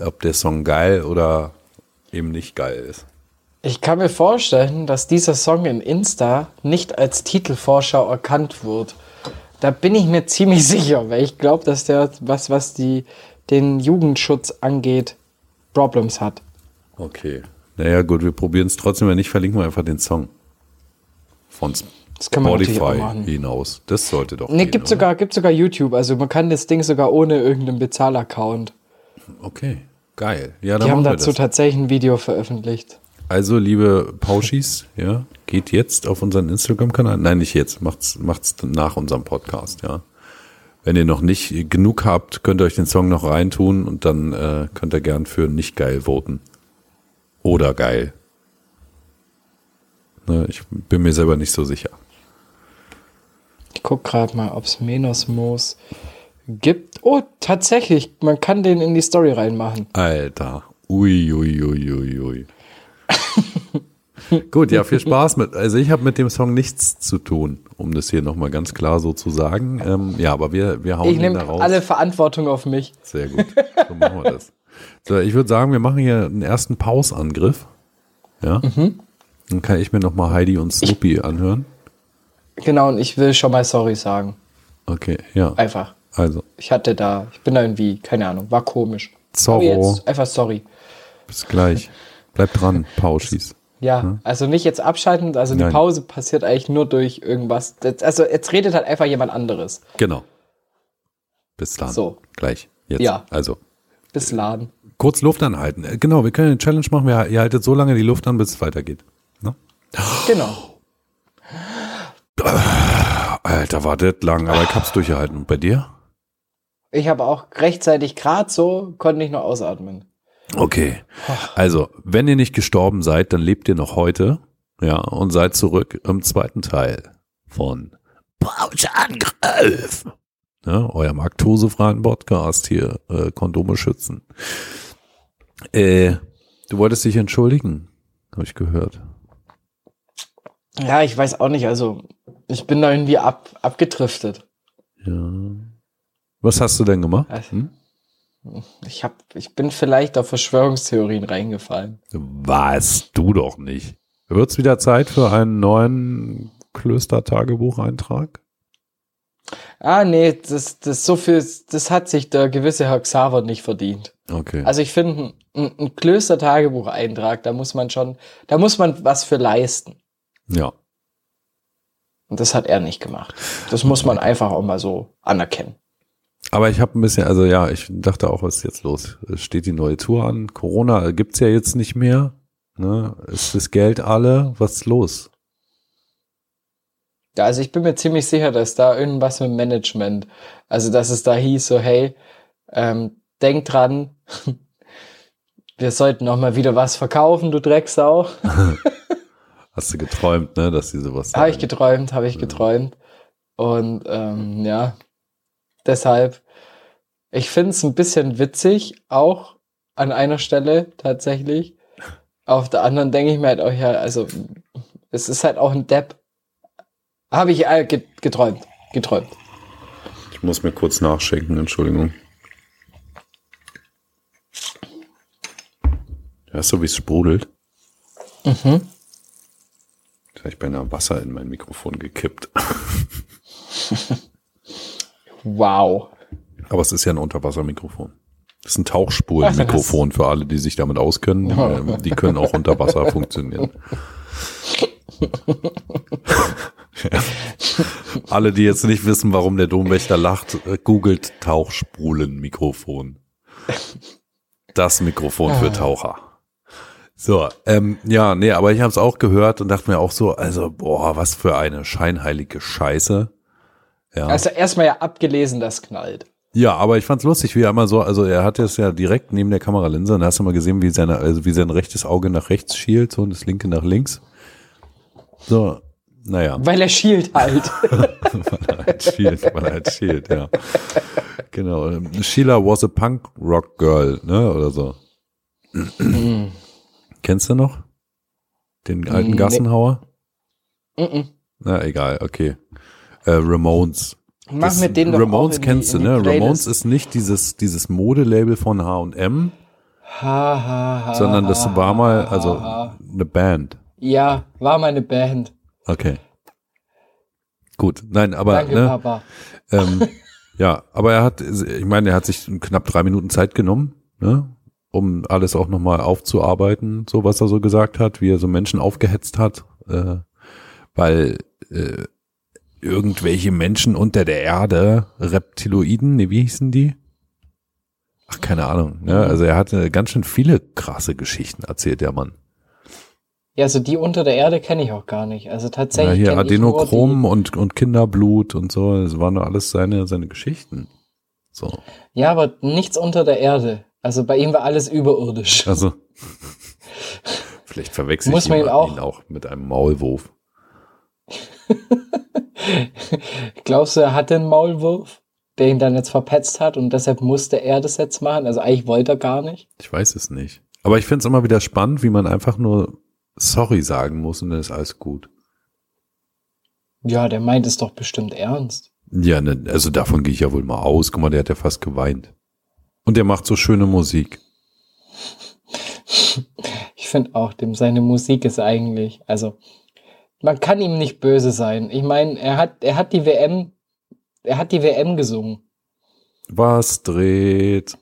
A: ob der Song geil oder eben nicht geil ist.
B: Ich kann mir vorstellen, dass dieser Song im Insta nicht als Titelvorschau erkannt wird. Da bin ich mir ziemlich sicher, weil ich glaube, dass der, was, was die, den Jugendschutz angeht, Problems hat.
A: Okay. Naja, gut, wir probieren es trotzdem. Wenn nicht, verlinken wir einfach den Song. Von
B: Das können wir natürlich auch
A: Spotify
B: machen.
A: hinaus. Das sollte doch.
B: Ne,
A: gehen,
B: gibt
A: oder?
B: sogar, gibt sogar YouTube. Also man kann das Ding sogar ohne irgendeinen Bezahlaccount.
A: Okay, geil. Ja, dann
B: Die haben
A: machen wir
B: dazu
A: das.
B: tatsächlich ein Video veröffentlicht.
A: Also, liebe Pauschis, ja, geht jetzt auf unseren Instagram-Kanal. Nein, nicht jetzt. Macht's, macht's nach unserem Podcast, ja. Wenn ihr noch nicht genug habt, könnt ihr euch den Song noch reintun und dann äh, könnt ihr gern für nicht geil voten. Oder geil. Ne, ich bin mir selber nicht so sicher.
B: Ich guck gerade mal, ob's Menosmos gibt. Oh, tatsächlich, man kann den in die Story reinmachen.
A: Alter. Ui, ui, ui, ui, ui. Gut, ja, viel Spaß mit. Also ich habe mit dem Song nichts zu tun, um das hier nochmal ganz klar so zu sagen. Ähm, ja, aber wir, wir hauen
B: Ich
A: ihn da
B: nehme
A: raus.
B: alle Verantwortung auf mich.
A: Sehr gut. So machen wir das. So, ich würde sagen, wir machen hier einen ersten Pausangriff. Ja.
B: Mhm.
A: Dann kann ich mir nochmal Heidi und Snoopy anhören.
B: Genau, und ich will schon mal sorry sagen.
A: Okay, ja.
B: Einfach.
A: Also,
B: Ich hatte da, ich bin da irgendwie, keine Ahnung, war komisch. Aber
A: Zorro,
B: Jetzt einfach sorry.
A: bis gleich. Bleib dran, Pauschis.
B: Ja, also nicht jetzt abschalten, also
A: Hm? Nein.
B: die Pause passiert eigentlich nur durch irgendwas. Das- Also jetzt redet halt einfach jemand anderes.
A: Genau. Bis dann.
B: So.
A: Gleich. Jetzt.
B: Ja.
A: Also.
B: Bis Laden.
A: Kurz Luft anhalten. Äh, Genau, wir können eine Challenge machen. Wir, ihr haltet so lange die Luft an, bis es weitergeht. Ne?
B: Genau.
A: Alter, war das lang, aber ich hab's durchgehalten. Und bei dir?
B: Ich habe auch rechtzeitig grad so, konnte ich noch ausatmen.
A: Okay. Also, wenn ihr nicht gestorben seid, dann lebt ihr noch heute. Ja, und seid zurück im zweiten Teil von Pauschangriff. Ne, eurem aktosefreien Podcast hier, äh, Kondome schützen. Äh, du wolltest dich entschuldigen, habe ich gehört.
B: Ja, ich weiß auch nicht, also ich bin da irgendwie ab, abgedriftet.
A: Ja. Was hast du denn gemacht?
B: Also-
A: Hm?
B: Ich, hab, ich bin vielleicht auf Verschwörungstheorien reingefallen.
A: Warst du doch nicht. Wird es wieder Zeit für einen neuen Klöster-Tagebucheintrag?
B: Ah, nee, das, das, so viel, das hat sich der gewisse Herr Xaver nicht verdient.
A: Okay.
B: Also ich finde, ein, ein Klöster-Tagebucheintrag, da muss man schon, da muss man was für leisten.
A: ja.
B: Und das hat er nicht gemacht. Das muss man einfach auch mal so anerkennen.
A: Aber ich habe ein bisschen, also ja, ich dachte auch, was ist jetzt los? Es Steht die neue Tour an? Corona gibt's ja jetzt nicht mehr. Ne? Ist das Geld alle? Was ist los?
B: Ja, also ich bin mir ziemlich sicher, dass da irgendwas mit Management, also dass es da hieß, so hey, ähm, denk dran, wir sollten noch mal wieder was verkaufen, du Drecksau.
A: Hast du geträumt, ne, dass sie sowas
B: Habe ich
A: sagen?
B: geträumt, habe ich
A: Ja.
B: geträumt. Und ähm, ja, deshalb, ich finde es ein bisschen witzig, auch an einer Stelle tatsächlich. Auf der anderen denke ich mir halt auch, ja, also es ist halt auch ein Depp. Habe ich äh, ge- geträumt, geträumt.
A: Ich muss mir kurz nachschenken, Entschuldigung. Hörst du, wie es sprudelt?
B: Mhm.
A: Jetzt habe ich beinahe Wasser in mein Mikrofon gekippt.
B: Wow.
A: Aber es ist ja ein Unterwassermikrofon. Das ist ein Tauchspulenmikrofon für alle, die sich damit auskennen. Ähm, Die können auch unter Wasser funktionieren. Ja. alle, die jetzt nicht wissen, warum der Domwächter lacht, äh, googelt Tauchspulenmikrofon. Das Mikrofon für Taucher. So, ähm, ja, nee, aber ich habe es auch gehört und dachte mir auch so, also boah, was für eine scheinheilige Scheiße. Ja.
B: Also erstmal ja abgelesen, das knallt.
A: Ja, aber ich fand's lustig, wie er immer so, also er hat es ja direkt neben der Kameralinse und da hast du mal gesehen, wie seine, also wie sein rechtes Auge nach rechts schielt so, und das linke nach links. So, naja,
B: Weil er schielt halt.
A: halt schielt, weil er halt schielt, ja. Genau. ähm, Sheila was a punk rock girl, ne? Oder so. Kennst du noch? Den alten
B: Mhm. Nee.
A: Gassenhauer?
B: Mhm.
A: Na, egal, okay. Äh, Ramones.
B: Mach
A: Das
B: mit denen doch
A: Ramones
B: auch in die-
A: kennst
B: in
A: du,
B: die
A: ne?
B: Playlist.
A: Ramones ist nicht dieses, dieses Modelabel von H&M,
B: Ha, ha, ha,
A: sondern das
B: ha,
A: war mal,
B: ha,
A: also
B: ha.
A: eine Band.
B: Ja, war meine Band.
A: Okay. Gut, nein, aber
B: Danke,
A: ne,
B: Papa.
A: ähm, ja, aber er hat, ich meine, er hat sich knapp drei Minuten Zeit genommen, ne, um alles auch nochmal aufzuarbeiten, so was er so gesagt hat, wie er so Menschen aufgehetzt hat, äh, weil äh, irgendwelche Menschen unter der Erde, Reptiloiden, ne, wie hießen die? Ach, keine Ahnung. Ne? Also er hatte ganz schön viele krasse Geschichten erzählt, der Mann.
B: Ja, also die unter der Erde kenne ich auch gar nicht. Also
A: Ja,
B: tatsächlich.
A: hier
B: kenn ich nur
A: Adenochrom und, und Kinderblut und so, das waren doch alles seine, seine Geschichten. So.
B: Die, ja, aber nichts unter der Erde. Also bei ihm war alles überirdisch.
A: Also. Vielleicht verwechsel
B: Muss
A: ich
B: man ihm
A: jemanden,
B: auch-
A: ihn auch mit einem Maulwurf.
B: Glaubst du, er hatte einen Maulwurf, der ihn dann jetzt verpetzt hat und deshalb musste er das jetzt machen? Also eigentlich wollte er gar nicht.
A: Ich weiß es nicht. Aber ich finde es immer wieder spannend, wie man einfach nur sorry sagen muss und dann ist alles gut.
B: Ja, der meint es doch bestimmt ernst.
A: Ja, ne, also davon gehe ich ja wohl mal aus. Guck mal, der hat ja fast geweint. Und der macht so schöne Musik.
B: Ich finde auch, dem seine Musik ist eigentlich, also man kann ihm nicht böse sein. Ich meine, er hat, er hat die WM, er hat die WM gesungen.
A: Was dreht?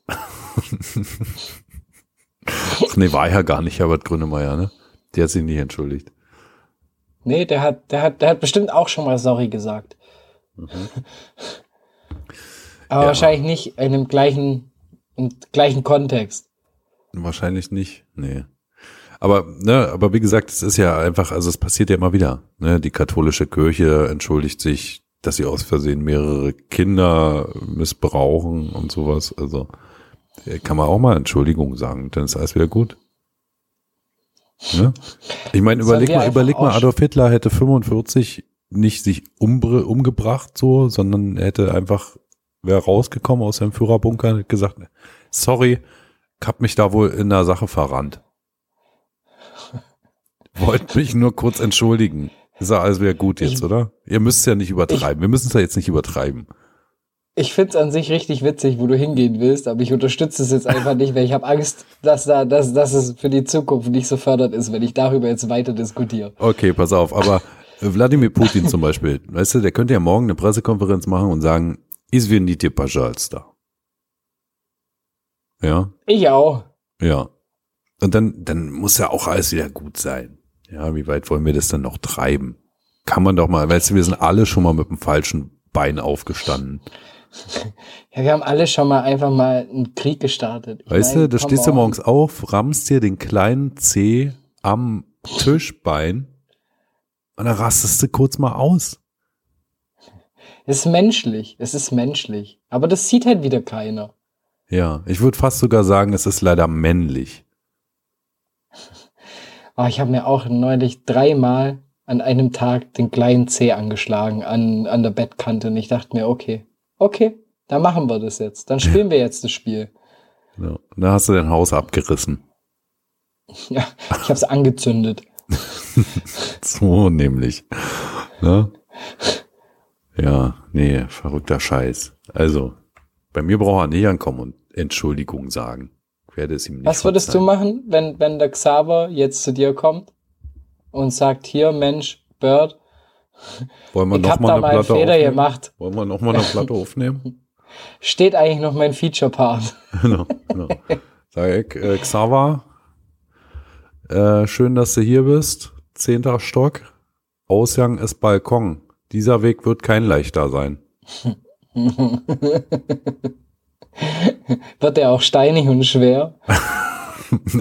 A: Ach nee, war ja gar nicht Herbert Grönemeyer, ne? Der hat sich nicht entschuldigt.
B: Nee, der hat, der hat, der hat bestimmt auch schon mal sorry gesagt. Aber
A: Mhm. Ja.
B: wahrscheinlich nicht in dem gleichen, im gleichen Kontext.
A: Wahrscheinlich nicht, nee. Aber, ne, aber wie gesagt, es ist ja einfach, also es passiert ja immer wieder. Ne? Die katholische Kirche entschuldigt sich, dass sie aus Versehen mehrere Kinder missbrauchen und sowas. Also äh, kann man auch mal Entschuldigung sagen, dann ist alles wieder gut. Ne? Ich meine,
B: Sollen
A: überleg
B: wir
A: mal,
B: einfach
A: überleg mal,
B: aussch-
A: Adolf Hitler hätte 45 nicht sich umbre, umgebracht so, sondern er hätte einfach, wäre rausgekommen aus seinem Führerbunker und hätte gesagt, sorry, ich hab mich da wohl in der Sache verrannt. Wollt mich nur kurz entschuldigen. Ist ja alles wieder gut jetzt,
B: Ich-
A: oder? Ihr müsst es ja nicht übertreiben. Wir müssen es ja jetzt nicht übertreiben.
B: Ich find's an sich richtig witzig, wo du hingehen willst, aber ich unterstütze es jetzt einfach nicht, weil ich habe Angst, dass, da, dass, dass es für die Zukunft nicht so fördernd ist, wenn ich darüber jetzt weiter diskutiere.
A: Okay, pass auf. Aber äh, Wladimir Putin zum Beispiel, weißt du, der könnte ja morgen eine Pressekonferenz machen und sagen, извините, пожалуйста. Ja,
B: Ich auch.
A: ja. Und dann, dann muss ja auch alles wieder gut sein. Ja, wie weit wollen wir das denn noch treiben? Kann man doch mal, weißt du, wir sind alle schon mal mit dem falschen Bein aufgestanden.
B: Ja, wir haben alle schon mal einfach mal einen Krieg gestartet. Ich
A: Weißt
B: mein,
A: du, da
B: come
A: stehst du
B: on.
A: morgens auf, rammst dir den kleinen Zeh am Tischbein und dann rastest du kurz mal aus.
B: Es ist menschlich, es ist menschlich. Aber das sieht halt wieder keiner.
A: Ja, ich würde fast sogar sagen, es ist leider männlich.
B: Ah, ich habe mir auch neulich dreimal an einem Tag den kleinen Zeh angeschlagen an, an der Bettkante und ich dachte mir, okay, okay, dann machen wir das jetzt. Dann spielen wir jetzt das Spiel.
A: Ja. Und dann hast du dein Haus abgerissen.
B: Ja, ich hab's angezündet.
A: So nämlich. Ne? Ja, nee, verrückter Scheiß. Also, bei mir braucht er nicht ankommen und Entschuldigung sagen. Ich werde es ihm nicht
B: Was würdest du
A: verzeihen.
B: machen, wenn, wenn der Xaver jetzt zu dir kommt und sagt, hier, Mensch, Bird,
A: Wollen wir
B: ich
A: noch
B: hab
A: mal
B: da
A: eine
B: mal einen
A: Platte
B: Fehler
A: aufnehmen?
B: gemacht.
A: Wollen wir noch mal eine Platte aufnehmen?
B: Steht eigentlich noch mein Feature-Part.
A: genau, genau. Sag ich, äh, Xaver, äh, schön, dass du hier bist. Zehnter Stock. Ausgang ist Balkon. Dieser Weg wird kein leichter sein.
B: Wird der auch steinig und schwer?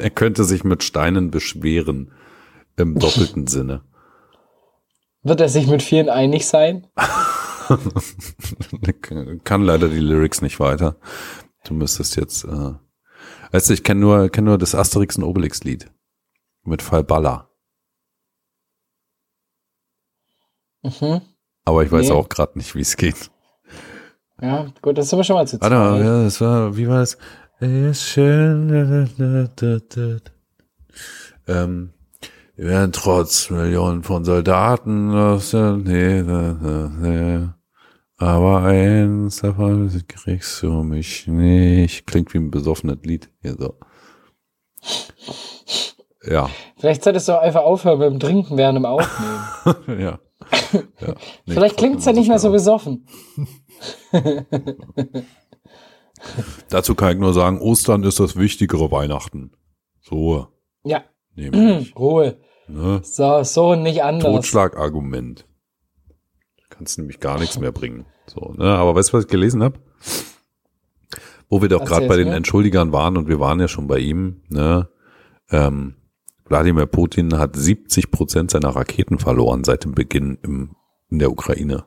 A: er könnte sich mit Steinen beschweren. Im doppelten Sinne.
B: Wird er sich mit vielen einig sein?
A: Kann leider die Lyrics nicht weiter. Du müsstest jetzt, äh, weißt du, ich kenne nur, kenn nur das Asterix und Obelix Lied. Mit Falbala.
B: Mhm.
A: Aber ich weiß
B: Nee.
A: auch gerade nicht, wie es geht.
B: Ja, gut, das sind wir schon mal zu zweit.
A: Warte mal, ja, das war, wie war das? Äh, Ist schön. da, da, da, da, da. Ähm, wir werden trotz Millionen von Soldaten aus der nee, da, da, da. Aber eins davon kriegst du mich nicht. Klingt wie ein besoffenes Lied hier so. Ja,
B: Vielleicht solltest du auch einfach aufhören mit dem Trinken während dem Aufnehmen.
A: ja. Ja. Nee,
B: Vielleicht klingt es ja nicht mehr so besoffen.
A: Dazu kann ich nur sagen, Ostern ist das wichtigere Weihnachten. So,
B: Ja,
A: nämlich.
B: Ruhe.
A: ne?
B: So, so und nicht anders.
A: Totschlagargument. Kannst nämlich gar nichts mehr bringen. So, ne? Aber weißt du, was ich gelesen habe? Wo wir doch gerade
B: Erzähl's
A: bei den
B: mir.
A: Entschuldigern waren und wir waren ja schon bei ihm, ne? Ähm, Wladimir Putin hat 70 Prozent seiner Raketen verloren seit dem Beginn im, in der Ukraine.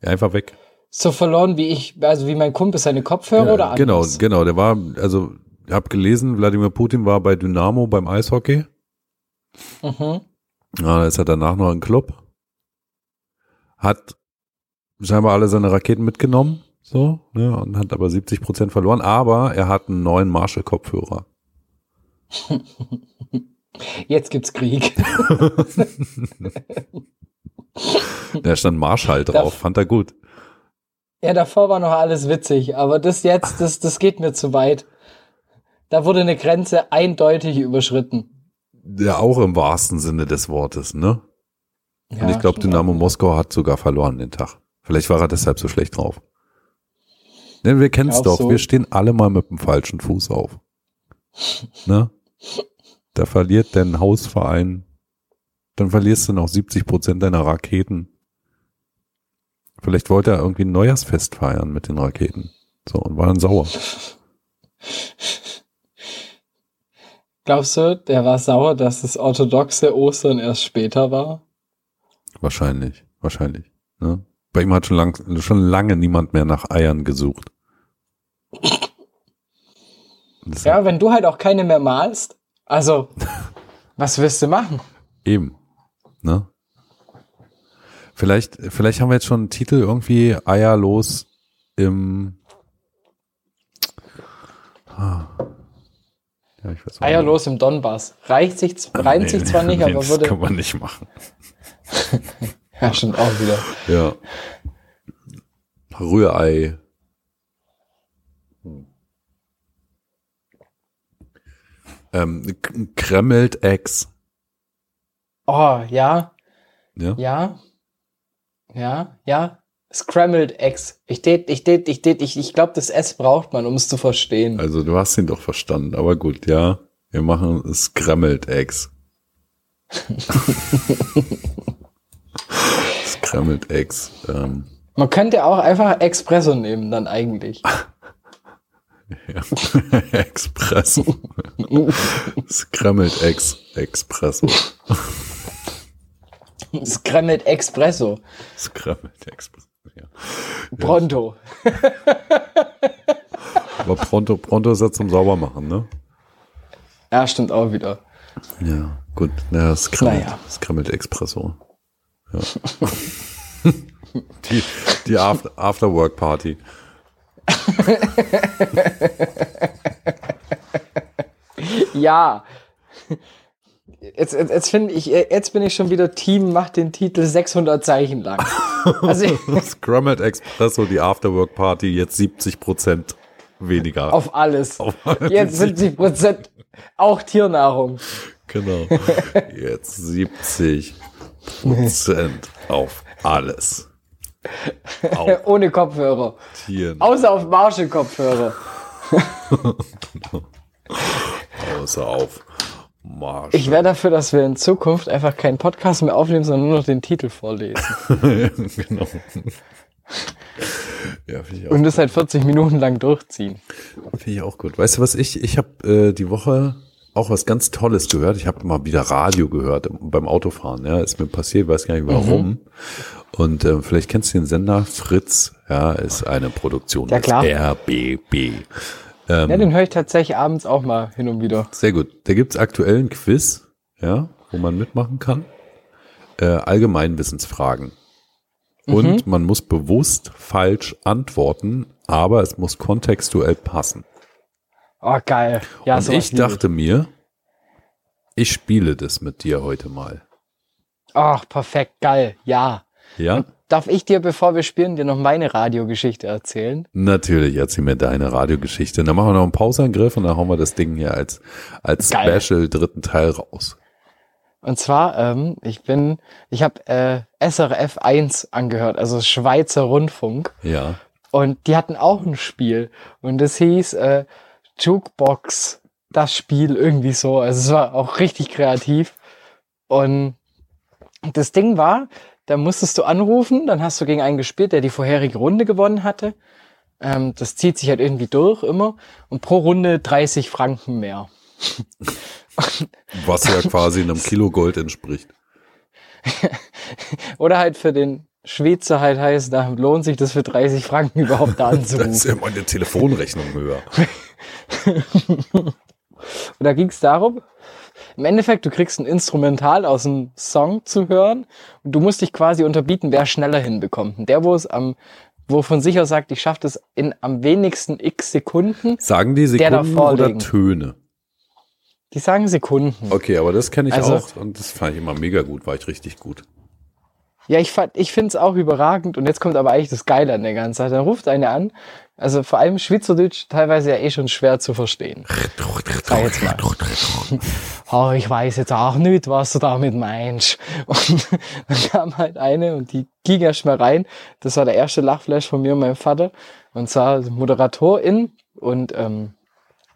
A: Einfach weg.
B: So verloren wie ich, also wie mein Kumpel seine Kopfhörer
A: Ja,
B: oder
A: Genau,
B: anders.
A: genau. Der war, also ich habe gelesen, Wladimir Putin war bei Dynamo beim Eishockey.
B: Mhm.
A: Ja, da ist er danach noch im Club. Hat scheinbar alle seine Raketen mitgenommen, so, ne, und hat aber 70 Prozent verloren. Aber er hat einen neuen Marshall-Kopfhörer.
B: Jetzt gibt's Krieg.
A: Da stand Marshall drauf,
B: Das-
A: fand er gut.
B: ja, davor war noch alles witzig, aber das jetzt, das, das geht mir zu weit. Da wurde eine Grenze eindeutig überschritten.
A: Ja, auch im wahrsten Sinne des Wortes, ne?
B: Ja,
A: Und ich glaube,
B: schon
A: Dynamo Moskau hat sogar verloren den Tag. Vielleicht war er deshalb so schlecht drauf. Denn wir kennen's
B: Auch
A: doch,
B: so.
A: wir stehen alle mal mit dem falschen Fuß auf. ne? Da verliert dein Hausverein, dann verlierst du noch 70 Prozent deiner Raketen. Vielleicht wollte er irgendwie ein Neujahrsfest feiern mit den Raketen. So, und war dann sauer.
B: Glaubst du, der war sauer, dass das orthodoxe Ostern erst später war?
A: Wahrscheinlich, wahrscheinlich. Ne? Bei ihm hat schon, lang, schon lange niemand mehr nach Eiern gesucht. Das
B: Ja, wenn du halt auch keine mehr malst. Also, was willst du machen?
A: Eben. Ne? Vielleicht, vielleicht haben wir jetzt schon einen Titel irgendwie eierlos im. Ah. Ja, ich weiß auch
B: Eierlos Ah im Donbass. Reicht sich,
A: nicht.
B: reimt
A: Ah, Nee,
B: sich zwar nicht,
A: nee,
B: aber
A: das
B: würde.
A: kann man nicht machen.
B: Ja, stimmt auch wieder.
A: Ja. Rührei. Hm. Ähm, K- kremmelt Ex.
B: Oh, ja,
A: Ja?
B: ja. Ja, ja. Scrambled Eggs. Ich det, ich det, ich det, ich, ich glaube, das S braucht man, um es zu verstehen.
A: Also du hast ihn doch verstanden, aber gut, ja. Wir machen es kremmelt Eggs. Scrambled Eggs. Ähm,
B: Man könnte auch einfach Espresso nehmen, dann eigentlich.
A: ja. Expresso. Scrambled Eggs. Expresso.
B: Scrambled Espresso.
A: Scrambled Expresso. Ja.
B: Pronto.
A: Aber pronto, pronto ist ja zum Saubermachen, ne?
B: Ja, stimmt auch wieder.
A: Ja, gut. Naja, Scrambled,
B: Naja.
A: Scrambled Expresso. Ja. die die After- After-Work-Party.
B: Ja. Jetzt, jetzt, jetzt finde ich, jetzt bin ich schon wieder Team, macht den Titel 600 Zeichen lang. Also
A: Scrambled Expresso, die Afterwork-Party, jetzt 70 Prozent weniger.
B: auf alles.
A: Auf alles.
B: Jetzt 70 Prozent auch Tiernahrung.
A: genau. Jetzt 70 Prozent auf alles. Auf
B: Ohne Kopfhörer.
A: Tieren,
B: Außer auf Marshall-Kopfhörer.
A: außer auf Marsch.
B: Ich wäre dafür, dass wir in Zukunft einfach keinen Podcast mehr aufnehmen, sondern nur noch den Titel vorlesen.
A: genau. Ja, finde ich, auch-
B: Und das halt 40 Minuten lang durchziehen.
A: finde ich auch gut. Weißt du was, ich, ich habe äh, die Woche auch was ganz Tolles gehört. Ich habe mal wieder Radio gehört im- beim Autofahren. Ja, ist mir passiert, weiß gar nicht warum.
B: Mhm.
A: Und äh, vielleicht kennst du den Sender Fritz. Ja, ist eine Produktion
B: Ja, klar.
A: des RBB.
B: Ja, den höre ich tatsächlich abends auch mal hin und wieder.
A: Sehr gut. Da gibt's aktuell einen Quiz, ja, wo man mitmachen kann. Äh, Allgemeinwissensfragen.
B: Mhm.
A: Und man muss bewusst falsch antworten, aber es muss kontextuell passen.
B: Oh, geil. Ja,
A: Und
B: sowas
A: ich
B: liebe
A: dachte mir, ich spiele das mit dir heute mal.
B: Ach, perfekt, geil. Ja.
A: Ja?
B: Darf ich dir, bevor wir spielen, dir noch meine Radiogeschichte erzählen?
A: Natürlich, erzähl mir deine Radiogeschichte. Dann machen wir noch einen Pauseangriff und dann hauen wir das Ding hier als, als
B: Geil.
A: Special dritten Teil raus.
B: Und zwar, ähm, ich bin, ich habe äh, SRF 1 angehört, also Schweizer Rundfunk.
A: Ja.
B: Und die hatten auch ein Spiel. Und das hieß äh, Jukebox, das Spiel irgendwie so. Also es war auch richtig kreativ. Und das Ding war, da musstest du anrufen, dann hast du gegen einen gespielt, der die vorherige Runde gewonnen hatte. Ähm, das zieht sich halt irgendwie durch immer. Und pro Runde 30 Franken mehr.
A: Was ja quasi einem Kilo Gold entspricht.
B: Oder halt für den Schweizer halt heißt, da lohnt sich das für 30 Franken überhaupt da
A: Da ist
B: anzurufen.
A: ja meine Telefonrechnung höher.
B: Und da ging es darum, im Endeffekt, du kriegst ein Instrumental aus einem Song zu hören und du musst dich quasi unterbieten, wer schneller hinbekommt. Und der, wo es am, wo von sich aus sagt, ich schaff das in am wenigsten x Sekunden,
A: Sagen die
B: Der da
A: Sekunden oder
B: vorlegen.
A: Töne?
B: die sagen Sekunden.
A: Okay, aber das kenne ich
B: Also-
A: auch und das fand ich immer mega gut, war ich richtig gut.
B: Ja, ich, fand- ich find's auch überragend und jetzt kommt aber eigentlich das Geile an der ganzen Sache. Dann ruft eine an, also vor allem Schweizerdeutsch teilweise ja eh schon schwer zu verstehen. Sag jetzt mal. Oh, ich weiß jetzt auch nicht, was du damit meinst. Und dann kam halt eine und die ging erst mal rein. Das war der erste Lachflash von mir und meinem Vater. Und zwar Moderatorin und ähm,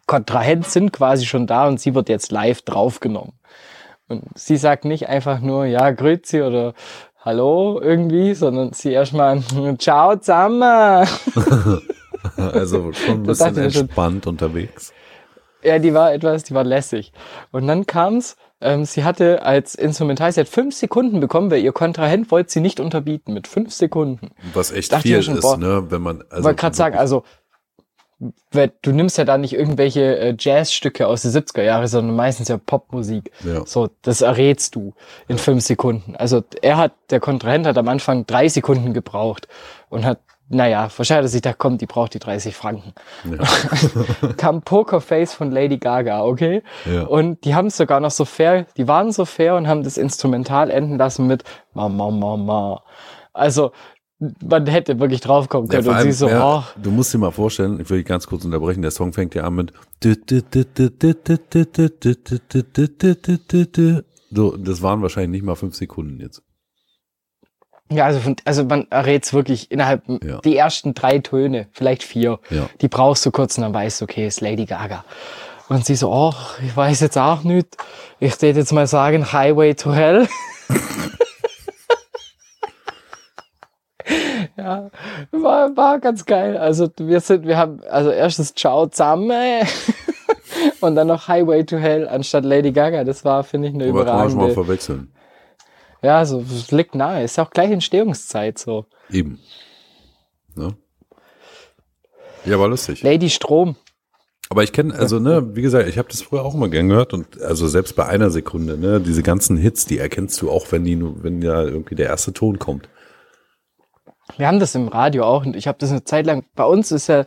B: Kontrahent sind quasi schon da und sie wird jetzt live draufgenommen. Und sie sagt nicht einfach nur, ja, grüezi oder hallo irgendwie, sondern sie erstmal, ciao zusammen.
A: Also schon ein
B: Das
A: bisschen
B: dachte ich mir schon.
A: entspannt unterwegs.
B: Ja, die war etwas, die war lässig. Und dann kam's, ähm, sie hatte als Instrumental, sie hat fünf Sekunden bekommen, weil ihr Kontrahent wollte sie nicht unterbieten mit fünf Sekunden.
A: Was echt
B: Dachte ich
A: viel
B: mir schon,
A: ist,
B: boah.
A: ne? Wenn man also
B: Also, Wollte gerade sagen, also weil du nimmst ja da nicht irgendwelche äh, Jazzstücke aus den 70er Jahren, sondern meistens ja Popmusik.
A: Ja.
B: So, das errätst du in fünf Sekunden. Also er hat, der Kontrahent hat am Anfang drei Sekunden gebraucht und hat, naja, wahrscheinlich hat er sich da kommt, die braucht die 30 Franken. Kam Pokerface von Lady Gaga, okay?
A: Ja.
B: Und die haben es sogar noch so fair, die waren so fair und haben das Instrumental enden lassen mit Mama, Mama. Also, man hätte wirklich draufkommen
A: Ja,
B: können.
A: vor
B: und sie
A: allem,
B: so, oh.
A: ja,
B: ach,
A: du musst dir mal vorstellen, ich will dich ganz kurz unterbrechen, der Song fängt ja an mit dü- dü- dü- dü- dü- dü- dü- dü- dü- dü- dü- dü- dü- dü- dü- dü. so, das waren wahrscheinlich nicht mal fünf Sekunden jetzt.
B: Ja, also, von, also man errät's wirklich innerhalb m-
A: Ja.
B: die ersten drei Töne, vielleicht vier.
A: Ja.
B: Die brauchst du kurz und dann weißt du, okay, ist Lady Gaga. Und sie so, oh, ich weiß jetzt auch nicht. Ich tät jetzt mal sagen, Highway to Hell. ja, war, war ganz geil. Also wir sind, wir haben, also erstes Ciao zusammen und dann noch Highway to Hell anstatt Lady Gaga. Das war, finde ich, eine
A: Aber kann man schon mal
B: überragende.
A: verwechseln.
B: Ja, so es liegt nahe. Ist ja auch gleich Entstehungszeit so.
A: Eben. Ne? Ja, war lustig.
B: Lady Strom.
A: Aber ich kenne, also, ne, wie gesagt, ich habe das früher auch immer gern gehört und also selbst bei einer Sekunde, ne, diese ganzen Hits, die erkennst du auch, wenn die, nur- wenn ja irgendwie der erste Ton kommt.
B: Wir haben das im Radio auch und ich habe das eine Zeit lang. Bei uns ist ja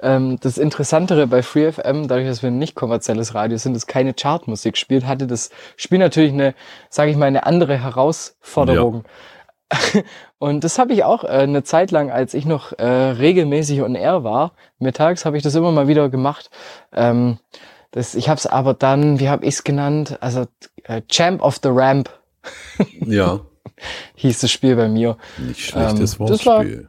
B: ähm, das Interessantere bei FreeFM, dadurch, dass wir ein nicht kommerzielles Radio sind, dass keine Chartmusik spielt, hatte das Spiel natürlich eine, sage ich mal, eine andere Herausforderung. Und das habe ich auch äh, eine Zeit lang, als ich noch äh, regelmäßig on air war, mittags habe ich das immer mal wieder gemacht. Ähm, das, ich habe es aber dann, wie habe ich es genannt? Also äh, Champ of the Ramp
A: Ja.
B: hieß das Spiel bei mir.
A: Nicht schlechtes
B: Ähm, das war-
A: Wortspiel.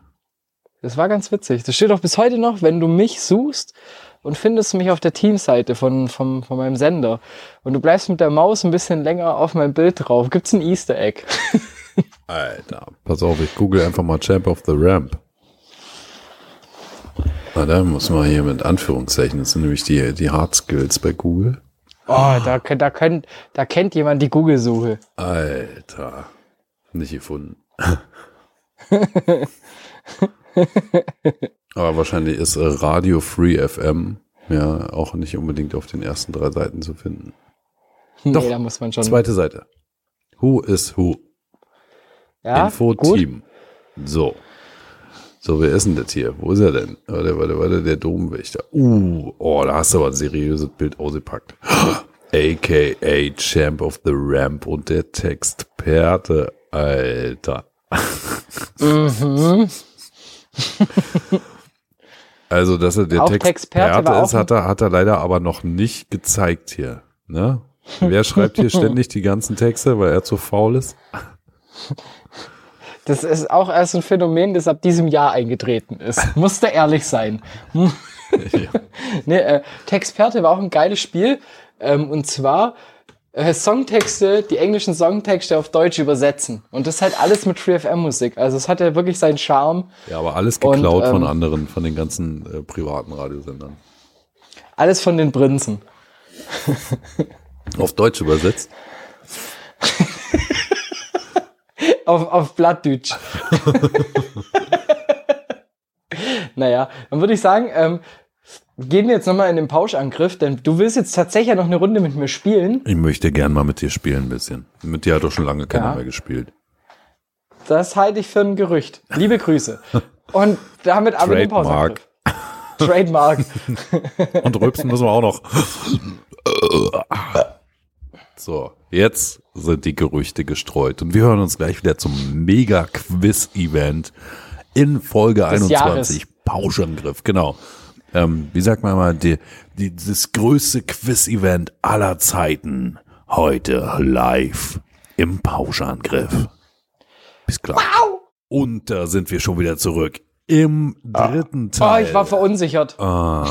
B: Das war ganz witzig. Das steht auch bis heute noch, wenn du mich suchst und findest mich auf der Teamseite von, von, von meinem Sender und du bleibst mit der Maus ein bisschen länger auf meinem Bild drauf, gibt's ein Easter Egg.
A: Alter, pass auf, ich google einfach mal Champ of the Ramp. Na, da muss man hier mit Anführungszeichen, das sind nämlich die, die Hard Skills bei Google. Ah.
B: Oh, da, ken- da, könnt, da kennt jemand die Google-Suche.
A: Alter, nicht gefunden. Aber wahrscheinlich ist äh, Radio Free FM ja auch nicht unbedingt auf den ersten drei Seiten zu finden.
B: Nee,
A: Doch.
B: da muss man schon.
A: Zweite Seite. Who is who?
B: ja, gut.
A: Info-Team. So. So, wer ist denn das hier? Wo ist er denn? Warte, warte, warte, der Domwächter. Uh, oh, da hast du aber ein seriöses Bild ausgepackt. AKA Champ of the Ramp und der Textperte, Alter.
B: Mhm.
A: Also, dass er der
B: Auch
A: Textperte Also,
B: Textperte war auch
A: ist, hat er, hat er leider aber noch nicht gezeigt hier. Ne? Wer schreibt hier ständig die ganzen Texte, weil er zu faul ist?
B: Das ist auch erst ein Phänomen, das ab diesem Jahr eingetreten ist. Musste ehrlich sein. nee, äh, Texperte war auch ein geiles Spiel. Ähm, und zwar äh, Songtexte, die englischen Songtexte auf Deutsch übersetzen. Und das halt alles mit FreeFM-Musik. Also es hat ja wirklich seinen Charme.
A: Ja, aber alles
B: Und,
A: geklaut von
B: ähm,
A: anderen, von den ganzen äh, privaten Radiosendern.
B: Alles von den Prinzen.
A: Auf Deutsch übersetzt.
B: Auf, auf Blattdeutsch. naja, dann würde ich sagen, ähm, gehen wir jetzt nochmal in den Pauschangriff, denn du willst jetzt tatsächlich ja noch eine Runde mit mir spielen.
A: Ich möchte gern mal mit dir spielen ein bisschen. Mit dir hat doch schon lange keiner
B: Ja.
A: mehr gespielt.
B: Das halte ich für ein Gerücht. Liebe Grüße. Und damit ab in den Pauschangriff. Trademark.
A: Und rülpsen müssen wir auch noch. So, jetzt sind die Gerüchte gestreut. Und wir hören uns gleich wieder zum Mega-Quiz-Event in Folge
B: Des
A: 21. Pauschangriff, genau. Ähm, wie sagt man mal, die, die, das größte Quiz-Event aller Zeiten. Heute live im Pauschangriff. Bis gleich. Und da sind wir schon wieder zurück. Im dritten
B: Oh,
A: Teil.
B: ich war verunsichert.
A: Ah.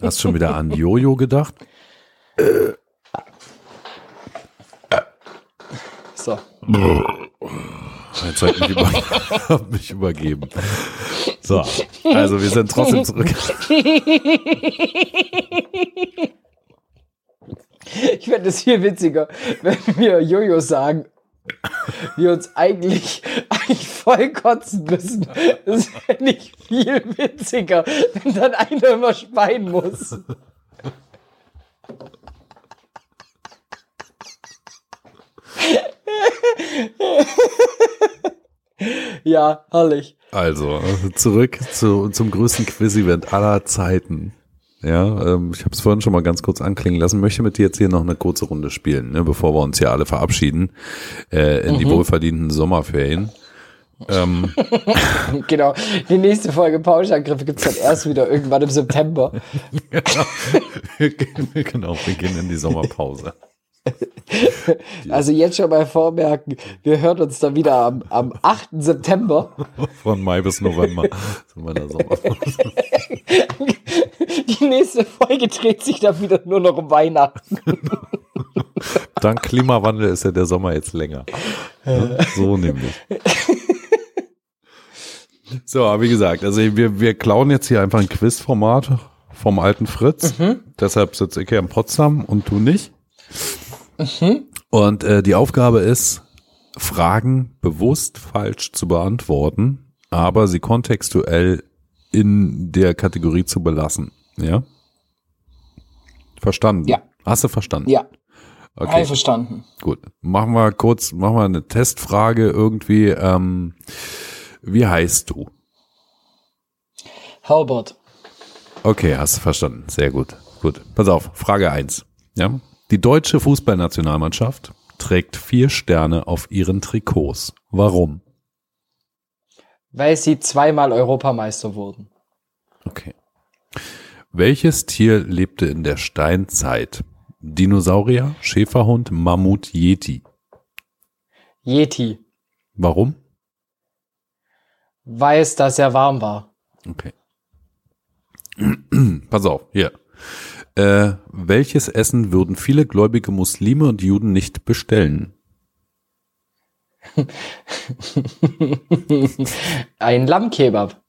A: Hast schon wieder an Jojo gedacht?
B: So.
A: Jetzt hab ich mich, über hab mich übergeben. So, also wir sind trotzdem zurück.
B: Ich fände es viel witziger, wenn wir Jojo sagen, wir uns eigentlich, eigentlich voll kotzen müssen. Das fände ich viel witziger, wenn dann einer immer speien muss. Ja, herrlich.
A: Also, zurück zu, zum größten Quiz-Event aller Zeiten. Ja, ähm, ich habe es vorhin schon mal ganz kurz anklingen lassen. Möchte mit dir jetzt hier noch eine kurze Runde spielen, ne, bevor wir uns hier alle verabschieden äh, in die wohlverdienten Sommerferien. Ähm,
B: Genau. Die nächste Folge Pauschangriff gibt es dann erst wieder irgendwann im September.
A: genau, wir gehen in die Sommerpause.
B: Also jetzt schon mal vormerken, wir hören uns dann wieder am, am 8. September.
A: Von Mai bis November sind wir in der Sommerpause.
B: Die nächste Folge dreht sich dann wieder nur noch um Weihnachten.
A: Dank Klimawandel ist ja der Sommer jetzt länger. Ne? So nämlich. So, aber wie gesagt, also wir, wir klauen jetzt hier einfach ein Quizformat vom alten Fritz. Deshalb sitze ich hier in Potsdam und du nicht. Und äh, die Aufgabe ist, Fragen bewusst falsch zu beantworten, aber sie kontextuell in der Kategorie zu belassen. Ja? Verstanden?
B: Ja.
A: Hast du verstanden?
B: Ja,
A: Okay.
B: einverstanden.
A: Gut, machen wir kurz, machen wir eine Testfrage irgendwie. Ähm, wie heißt du?
B: Herbert.
A: Okay, hast du verstanden. Sehr gut. Gut, pass auf. Frage eins. Ja? Die deutsche Fußballnationalmannschaft trägt vier Sterne auf ihren Trikots. Warum?
B: Weil sie zweimal Europameister wurden.
A: Okay. Welches Tier lebte in der Steinzeit? Dinosaurier, Schäferhund, Mammut, Yeti.
B: Yeti.
A: Warum?
B: Weil es da sehr warm war.
A: Okay. Pass auf, hier. Äh, welches Essen würden viele gläubige Muslime und Juden nicht bestellen?
B: Ein Lammkebab.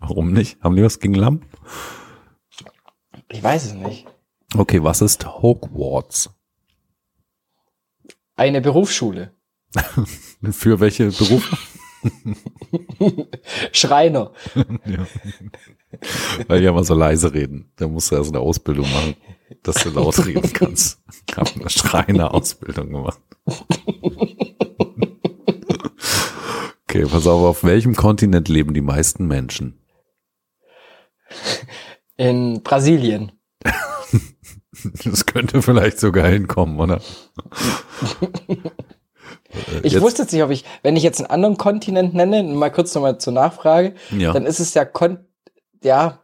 A: Warum nicht? Haben die was gegen Lamm?
B: Ich weiß es nicht.
A: Okay, was ist Hogwarts?
B: Eine Berufsschule.
A: Für welche Berufe?
B: Schreiner.
A: Weil die immer so leise reden. Da musst du erst eine Ausbildung machen, dass du laut reden kannst. Ich habe eine Schreiner-Ausbildung gemacht. Okay, pass auf, auf welchem Kontinent leben die meisten Menschen?
B: In Brasilien.
A: Das könnte vielleicht sogar hinkommen, oder?
B: Ich
A: Jetzt-
B: wusste jetzt nicht, ob ich, wenn ich jetzt einen anderen Kontinent nenne, mal kurz nochmal zur Nachfrage,
A: Ja.
B: dann ist es ja, Kon ja,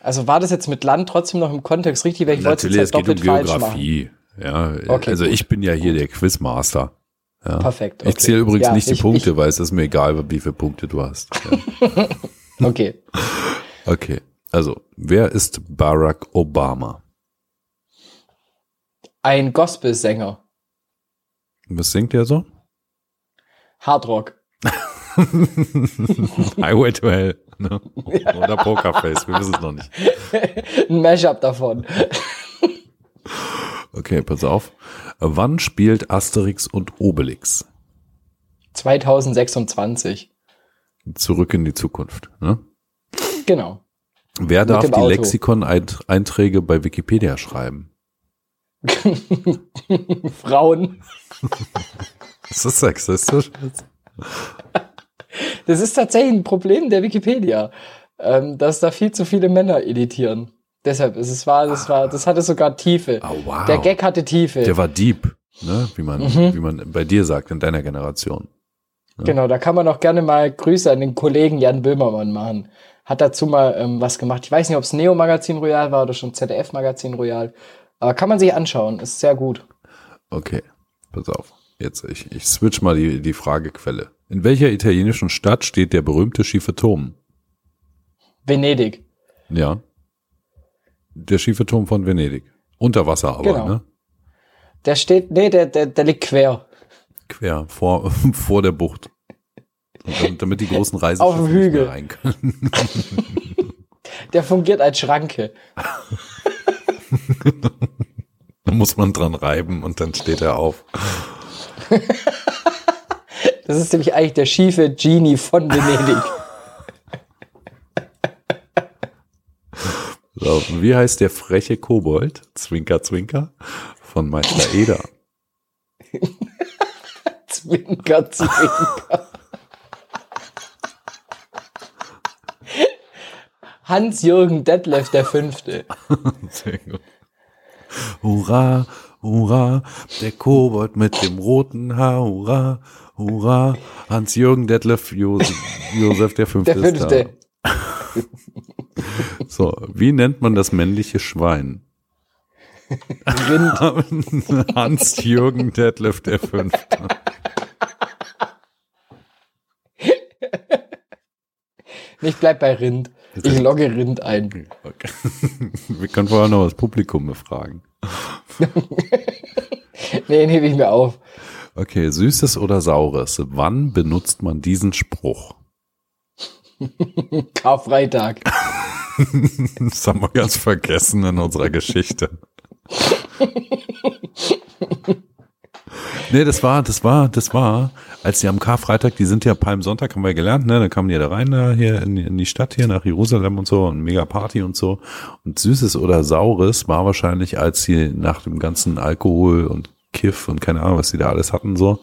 B: Also war das jetzt mit Land trotzdem noch im Kontext richtig, weil ich wollte es
A: Natürlich, es
B: jetzt halt
A: geht um
B: doppelt falsch machen.
A: Geografie. Ja,
B: Okay,
A: also
B: gut.
A: ich bin ja hier der Quizmaster. Ja.
B: Perfekt.
A: Ich zähle übrigens
B: Ja,
A: nicht die
B: ich-
A: Punkte, weil es ist mir egal, wie viele Punkte du hast. Ja.
B: Ich, okay.
A: Okay, also wer ist Barack Obama?
B: Ein Gospelsänger.
A: Was singt er so?
B: Hardrock.
A: Highway to Hell. Ne? Oder Pokerface, wir wissen es noch nicht.
B: Ein Mashup davon.
A: Okay, pass auf. Wann spielt Asterix und Obelix?
B: 2026.
A: Zurück in die Zukunft. Ne?
B: Genau.
A: Wer
B: Mit
A: darf
B: dem
A: die
B: Auto.
A: Lexikon-Einträge bei Wikipedia schreiben?
B: Frauen.
A: Ist das sexistisch?
B: Das ist tatsächlich ein Problem der Wikipedia, ähm, dass da viel zu viele Männer editieren. Deshalb, es ist wahr, das war, das hatte sogar Tiefe.
A: Ah, wow.
B: Der Gag hatte Tiefe.
A: Der war deep, ne? wie, man,
B: Mhm.
A: wie man bei dir sagt, in deiner Generation.
B: Genau, da kann man auch gerne mal Grüße an den Kollegen Jan Böhmermann machen. Hat dazu mal ähm, was gemacht. Ich weiß nicht, ob es Neo Magazin Royal war oder schon ZDF Magazin Royal. Aber kann man sich anschauen, ist sehr gut.
A: Okay, pass auf. Jetzt, ich, ich switch mal die, die Fragequelle. In welcher italienischen Stadt steht der berühmte schiefe Turm?
B: Venedig.
A: Ja. Der schiefe Turm von Venedig. Unter Wasser aber,
B: Genau.
A: ne?
B: Der steht, nee, der, der, der liegt quer.
A: Quer, vor, vor der Bucht. Und damit, damit die großen Reisen
B: Auf dem Hügel.
A: rein können.
B: Der fungiert als Schranke.
A: Da muss man dran reiben und dann steht er auf.
B: Das ist nämlich eigentlich der schiefe Genie von Venedig.
A: So, wie heißt der freche Kobold? Zwinker, Zwinker. Von Meister Eder.
B: zwinker, zwinker. Hans-Jürgen Detlef der Fünfte.
A: Sehr gut. Hurra, hurra, der Kobold mit dem roten Haar, hurra, hurra, Hans-Jürgen Detlef Josef, Josef der Fünfte.
B: Der
A: ist da.
B: Fünfte.
A: So, wie nennt man das männliche Schwein?
B: Rind.
A: Hans-Jürgen Detlef der Fünfte.
B: Ich bleib bei Rind. Ich logge Rind ein.
A: Okay. Wir können vorher noch das Publikum befragen.
B: Nee, den hebe ich mir auf.
A: Okay, süßes oder saures? Wann benutzt man diesen Spruch?
B: Karfreitag.
A: Das haben wir ganz vergessen in unserer Geschichte. nee, das war, das war, das war, als die am Karfreitag, die sind ja Palmsonntag, haben wir gelernt, ne? Dann kamen die da rein, da, hier in, in die Stadt hier, nach Jerusalem und so, und mega Party und so. Und Süßes oder Saures war wahrscheinlich, als sie nach dem ganzen Alkohol und Kiff und keine Ahnung, was sie da alles hatten, so,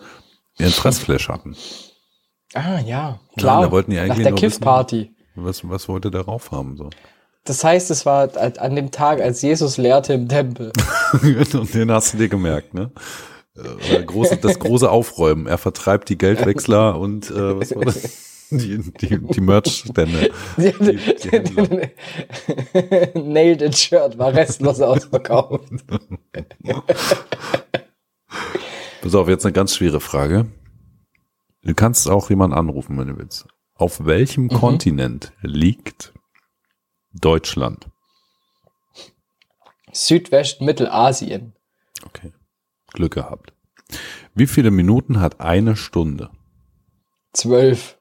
A: ihren Fressflash hatten.
B: Ah, ja. Klar.
A: da wollten die eigentlich
B: Nach der
A: nur wissen-
B: Kiff-Party.
A: Was, was wollte darauf haben, so?
B: Das heißt, es war an an dem Tag, als Jesus lehrte im Tempel.
A: Und den hast du dir gemerkt, ne? Äh, oder Große, das große Aufräumen. Er vertreibt die Geldwechsler und äh, was war das? Die, die, die Merch-Stände. Die, die Händler.
B: Nailed in Shirt war restlos ausverkauft.
A: Pass auf, jetzt eine ganz schwere Frage. Du kannst auch jemanden anrufen, wenn du willst. Auf welchem Kontinent liegt Deutschland?
B: Südwest-Mittelasien.
A: Okay. Glück gehabt. Wie viele Minuten hat eine Stunde?
B: Zwölf.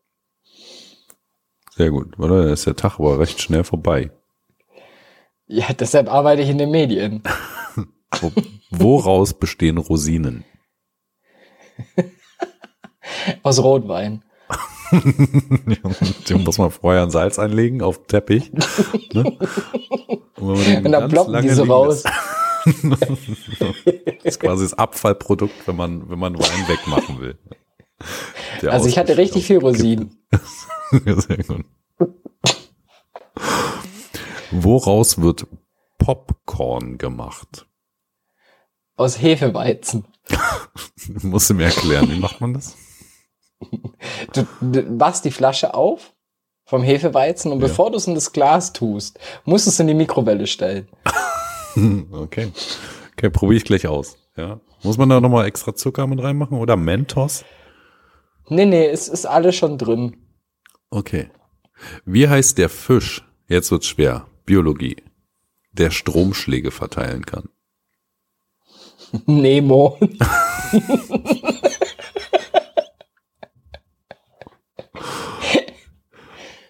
A: Sehr gut, oder? Da ist der Tag aber recht schnell vorbei.
B: Ja, deshalb arbeite ich in den Medien.
A: Wo, woraus bestehen Rosinen?
B: Aus Rotwein.
A: Den muss man vorher ein Salz einlegen auf den Teppich. Ne? Und wenn man den
B: Und dann
A: ganz
B: ploppen
A: lange
B: die so
A: liegen
B: raus.
A: lässt, Das ist quasi das Abfallprodukt, wenn man, wenn man Wein wegmachen will. Der
B: Also ich hatte richtig viel Rosinen.
A: Sehr gut. Woraus wird Popcorn gemacht?
B: Aus Hefeweizen.
A: Musst du mir erklären, wie macht man das?
B: Du, du machst die Flasche auf vom Hefeweizen und bevor du es in das Glas tust, musst du es in die Mikrowelle stellen.
A: Okay. Okay, probiere ich gleich aus. Ja. Muss man da nochmal extra Zucker mit reinmachen oder Mentos?
B: Nee, nee, es ist alles schon drin.
A: Okay. Wie heißt der Fisch? Jetzt wird's schwer. Biologie. Der Stromschläge verteilen kann.
B: Nemo.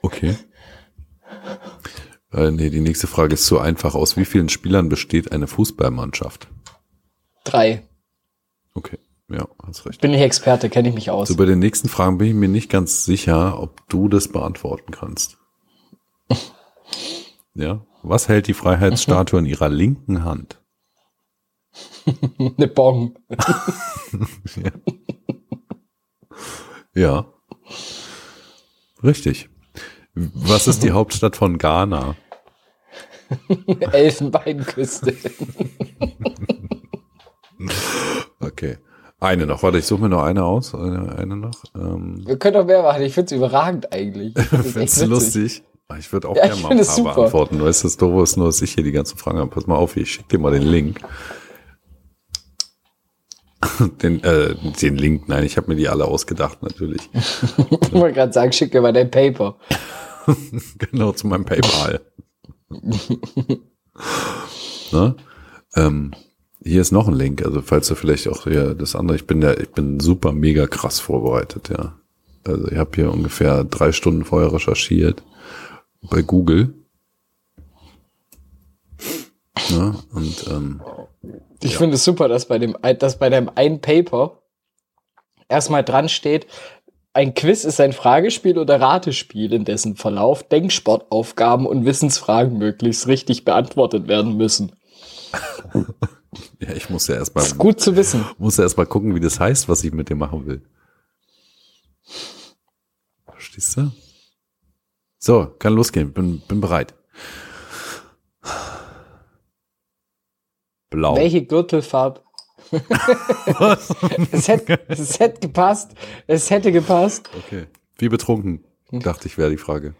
A: Okay. Äh, nee, die nächste Frage ist zu einfach. Aus wie vielen Spielern besteht eine Fußballmannschaft?
B: Drei.
A: Okay. Ja, hast recht.
B: Bin ich Experte, kenne ich mich aus.
A: So, bei den nächsten Fragen bin ich mir nicht ganz sicher, ob du das beantworten kannst. Ja. Was hält die Freiheitsstatue in ihrer linken Hand?
B: Eine Bong.
A: Ja. Richtig. Was ist die Hauptstadt von Ghana?
B: Elfenbeinküste.
A: Okay. Eine noch. Warte, ich suche mir noch eine aus. Eine, eine noch. Ähm,
B: Wir können doch mehr machen. Ich finde es überragend eigentlich. Ich
A: ich
B: find's echt
A: find's
B: witzig.
A: lustig. Aber Ah, Ich würde auch
B: Ja,
A: gerne
B: ich
A: mal
B: find
A: ein
B: es
A: paar
B: super.
A: beantworten. Weißt du, das Doofe ist nur, dass ich hier die ganzen Fragen habe. Pass mal auf, ich schicke dir mal den Link. Den, äh, den Link, nein, ich habe mir die alle ausgedacht, natürlich.
B: Ich wollte gerade sagen, schick mir mal dein Paper.
A: genau, zu meinem PayPal. ne? ähm, hier ist noch ein Link, also falls du vielleicht auch hier das andere, ich bin ja, ich bin super mega krass vorbereitet, ja. Also ich habe hier ungefähr drei Stunden vorher recherchiert bei Google. Ne? Und ähm,
B: Ich finde es super, dass bei, dem, ein- dass bei deinem einen Paper erstmal dran steht, ein Quiz ist ein Fragespiel oder Ratespiel, in dessen Verlauf Denksportaufgaben und Wissensfragen möglichst richtig beantwortet werden müssen.
A: ja, ich muss ja erstmal
B: ist gut zu wissen.
A: muss ja erstmal gucken, wie das heißt, was ich mit dir machen will. Verstehst du? So, kann losgehen. Bin, bin bereit. Blau.
B: Welche Gürtelfarbe? es, hätte, es hätte gepasst. Es hätte gepasst.
A: Okay. Wie betrunken,
B: Hm.
A: dachte ich, wäre die Frage.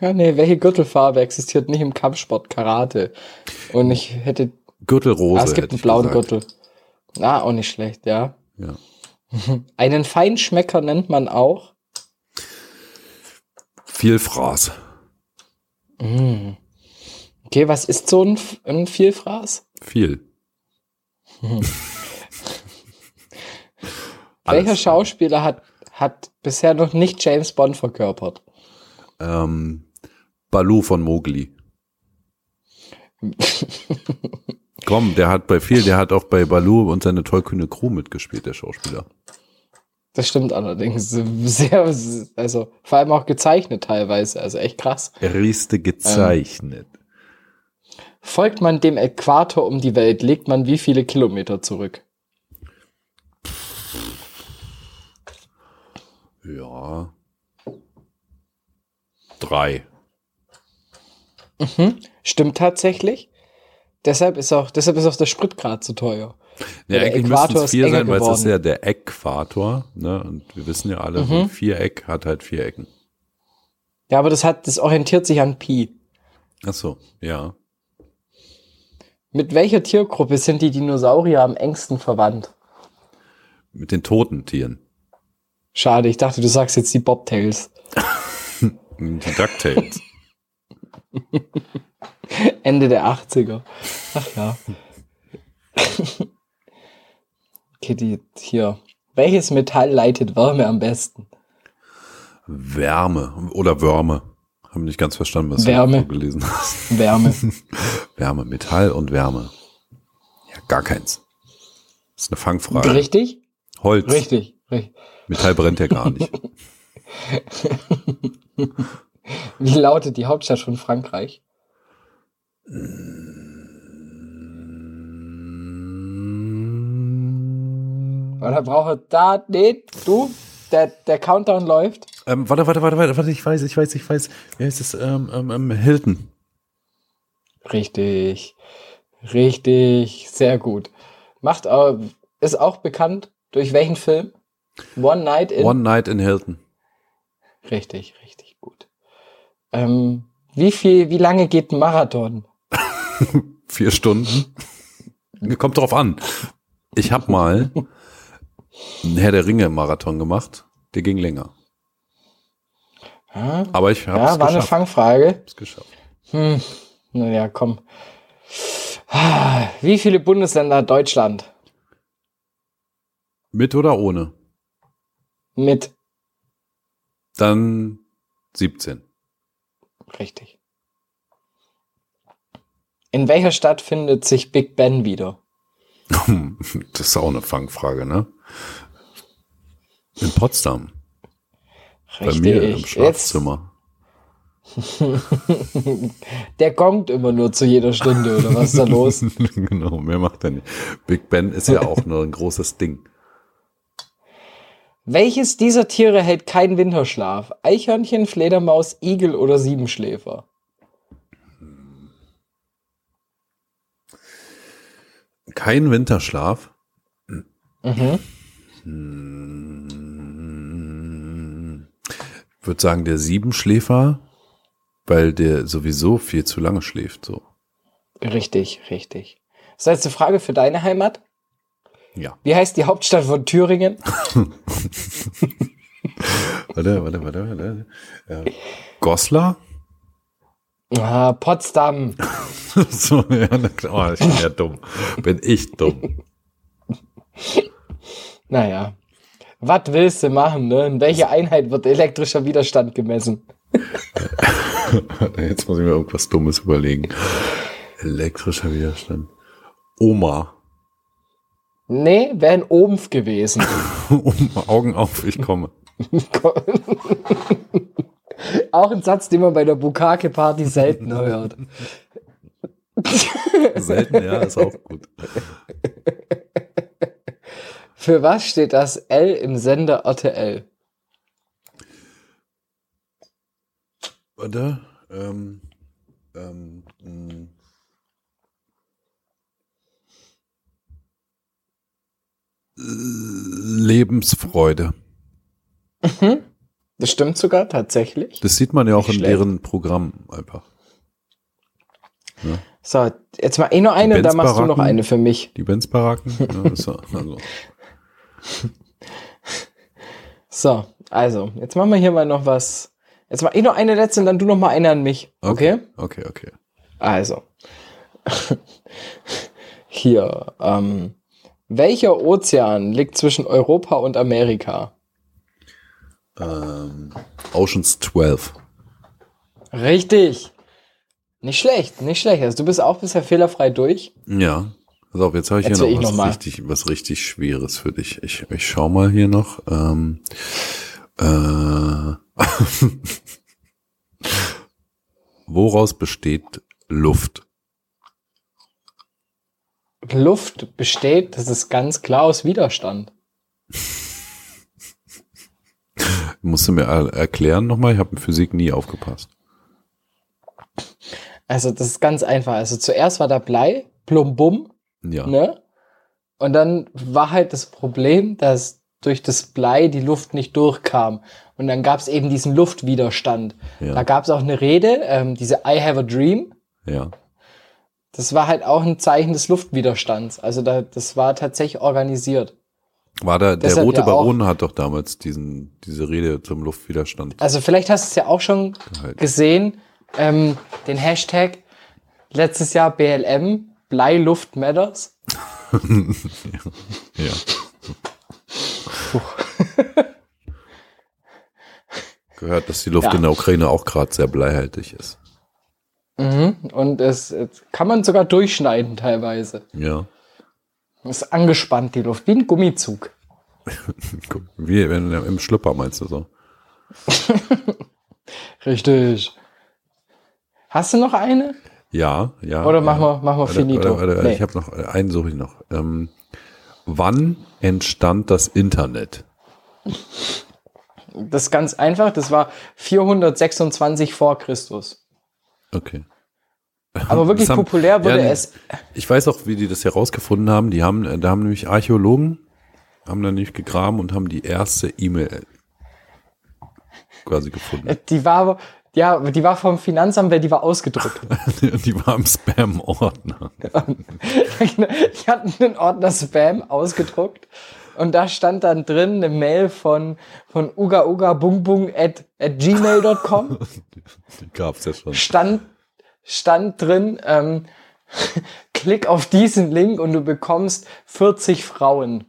B: Ja, nee, welche Gürtelfarbe existiert nicht im Kampfsport Karate? Und ich hätte.
A: Gürtelrose.
B: ah, es gibt
A: hätte
B: einen
A: ich
B: blauen
A: gesagt.
B: Gürtel. Ah, auch nicht schlecht, ja.
A: Ja.
B: Einen Feinschmecker nennt man auch.
A: Viel Fraß.
B: Mm. Okay, was ist so ein, F- ein Vielfraß?
A: Viel.
B: Hm. Welcher
A: Alles.
B: Schauspieler hat, hat bisher noch nicht James Bond verkörpert?
A: Ähm, Balu von Mowgli. Komm, der hat bei viel, der hat auch bei Balu und seine tollkühne Crew mitgespielt, der Schauspieler.
B: Das stimmt allerdings. Sehr, also vor allem auch gezeichnet teilweise. Also echt krass.
A: Er rieste gezeichnet.
B: Folgt man dem Äquator um die Welt, legt man wie viele Kilometer zurück? Ähm.
A: Ja. Drei.
B: Stimmt tatsächlich. Deshalb ist auch, deshalb ist auch der Spritgrad zu teuer.
A: Ja,
B: Der
A: eigentlich
B: Äquator
A: müssten es
B: ist
A: vier
B: enger
A: sein, weil es ist
B: geworden. Mhm.
A: ja der Äquator. Ne? Und wir wissen ja alle, so ein Viereck hat halt vier Ecken.
B: Ja, aber das hat, das orientiert sich an Pi.
A: Ach so, ja.
B: Mit welcher Tiergruppe sind die Dinosaurier am engsten verwandt?
A: Mit den toten Tieren.
B: Schade, ich dachte, du sagst jetzt die Bobtails.
A: Die DuckTales.
B: Ende der 80er. Ach ja. okay, die, hier. Welches Metall leitet Wärme am besten?
A: Wärme oder Würme. Haben nicht ganz verstanden, was
B: Wärme.
A: du gelesen hast.
B: Wärme.
A: Wärme, Metall und Wärme. Ja, gar keins. Das ist eine Fangfrage.
B: Richtig?
A: Holz.
B: Richtig. Richtig.
A: Metall brennt ja gar nicht.
B: Wie lautet die Hauptstadt von Frankreich?
A: Ähm,
B: Oder braucht er da, nee, du, der, der Countdown läuft.
A: ähm, warte, warte, warte, warte, warte, ich weiß, ich weiß, ich weiß. Wie heißt es? Ähm, ähm, ähm, Hilton.
B: Richtig. Richtig. Sehr gut. Macht auch, ist auch bekannt durch welchen Film? One Night in.
A: One Night in Hilton.
B: Richtig, richtig gut. Ähm, wie viel, wie lange geht ein Marathon?
A: Vier Stunden. Kommt drauf an. Ich habe mal einen Herr der Ringe-Marathon gemacht. Der ging länger.
B: Ja,
A: Aber ich habe
B: ja,
A: es
B: war eine
A: geschafft.
B: Fangfrage.
A: Hab's geschafft.
B: Hm. Naja, komm. Ah, Wie viele Bundesländer hat Deutschland?
A: Mit oder ohne?
B: Mit.
A: Dann 17.
B: Richtig. In welcher Stadt findet sich Big Ben wieder?
A: Das ist auch eine Fangfrage, ne? In Potsdam. Bei mir im Schlafzimmer.
B: Jetzt, der kommt immer nur zu jeder Stunde, oder was ist da los?
A: genau, mehr macht er nicht. Big Ben ist ja auch nur ein großes Ding.
B: Welches dieser Tiere hält keinen Winterschlaf? Eichhörnchen, Fledermaus, Igel oder Siebenschläfer?
A: Kein Winterschlaf.
B: Mhm.
A: Ich würde sagen, der Siebenschläfer, weil der sowieso viel zu lange schläft. So.
B: Richtig, richtig. Das heißt, eine Frage für deine Heimat.
A: Ja.
B: Wie heißt die Hauptstadt von Thüringen?
A: Warte, warte, warte, warte. Ja. Goslar?
B: Ah, Potsdam.
A: so, ja, na klar. oh, ich bin ja dumm. Bin ich dumm.
B: Naja. Was willst du machen, ne? In welcher Einheit wird elektrischer Widerstand gemessen?
A: Jetzt muss ich mir irgendwas Dummes überlegen. Elektrischer Widerstand. Oma.
B: Nee, wäre in Omf gewesen.
A: Oma, Augen auf, ich komme.
B: Auch ein Satz, den man bei der Bukake-Party selten hört.
A: Selten, ja, ist auch gut.
B: Für was steht das L im Sender RTL?
A: Warte. Ähm, ähm, mh. Lebensfreude.
B: Das stimmt sogar, tatsächlich.
A: Das sieht man ja auch
B: Nicht
A: in
B: schlecht.
A: deren Programm einfach.
B: So, jetzt mal eh nur eine, dann machst du noch
A: Benz-Baracken.
B: eine für mich.
A: Die Benz-Baracken. Ja, ist ja, also.
B: So, also, jetzt machen wir hier mal noch was. Jetzt mal eh nur eine letzte und dann du noch mal eine an mich. Okay?
A: Okay, okay.
B: Also. hier, ähm, welcher Ozean liegt zwischen Europa und Amerika?
A: Ähm, Oceans 12.
B: Richtig. Nicht schlecht, nicht schlecht. Also du bist auch bisher fehlerfrei durch.
A: Ja. Pass auf, jetzt habe ich
B: Jetzt will
A: hier
B: ich
A: noch, was,
B: noch mal.
A: richtig, was richtig Schweres für dich. Ich, ich schau mal hier noch. Ähm, äh, woraus besteht Luft?
B: Luft besteht, das ist ganz klar aus Widerstand.
A: Musst du mir er- erklären nochmal? Ich habe in Physik nie aufgepasst.
B: Also das ist ganz einfach. Also zuerst war da Blei, Plumbum,
A: Ja.
B: ne? Und dann war halt das Problem, dass durch das Blei die Luft nicht durchkam. Und dann gab es eben diesen Luftwiderstand. Da
A: Ja.
B: gab es auch eine Rede, ähm, diese I have a dream.
A: ja.
B: Das war halt auch ein Zeichen des Luftwiderstands. Also da, das war tatsächlich organisiert.
A: War da, der
B: Deshalb
A: rote
B: ja auch-
A: Baron hat doch damals diesen, diese Rede zum Luftwiderstand
B: Also vielleicht hast du es ja auch schon
A: gehalten.
B: gesehen, ähm, den Hashtag letztes Jahr BLM, Blei, Luft, Matters.
A: Ja. Gehört, dass die Luft
B: Ja.
A: in der Ukraine auch gerade sehr bleihaltig ist.
B: Mhm. Und es, es kann man sogar durchschneiden teilweise.
A: Ja.
B: Ist angespannt, die Luft, wie ein Gummizug.
A: Guck, Wie wenn, im Schlüpper meinst du so.
B: Richtig. Hast du noch eine?
A: Ja, ja.
B: Oder
A: ja.
B: machen wir- machen wir
A: Warte,
B: finito.
A: warte, warte,
B: Nee.
A: Ich habe noch einen suche ich noch. Ähm, wann entstand das Internet?
B: Das ist ganz einfach. Das war 426 vor Christus.
A: Okay.
B: Aber wirklich
A: Das haben-
B: populär wurde
A: ja,
B: es.
A: Ich weiß auch, wie die das herausgefunden haben. Die haben, äh, da haben nämlich Archäologen, haben da nämlich gegraben und haben die erste E-Mail quasi gefunden.
B: Die war, aber- Ja, die war vom Finanzamt, weil die war ausgedruckt.
A: Die war im Spam-Ordner.
B: ich hatte einen Ordner Spam ausgedruckt und da stand dann drin eine Mail von, von ugaugabungbung at, at gmail.com.
A: Die gab's ja schon.
B: Stand, stand drin, ähm, klick auf diesen Link und du bekommst 40 Frauen.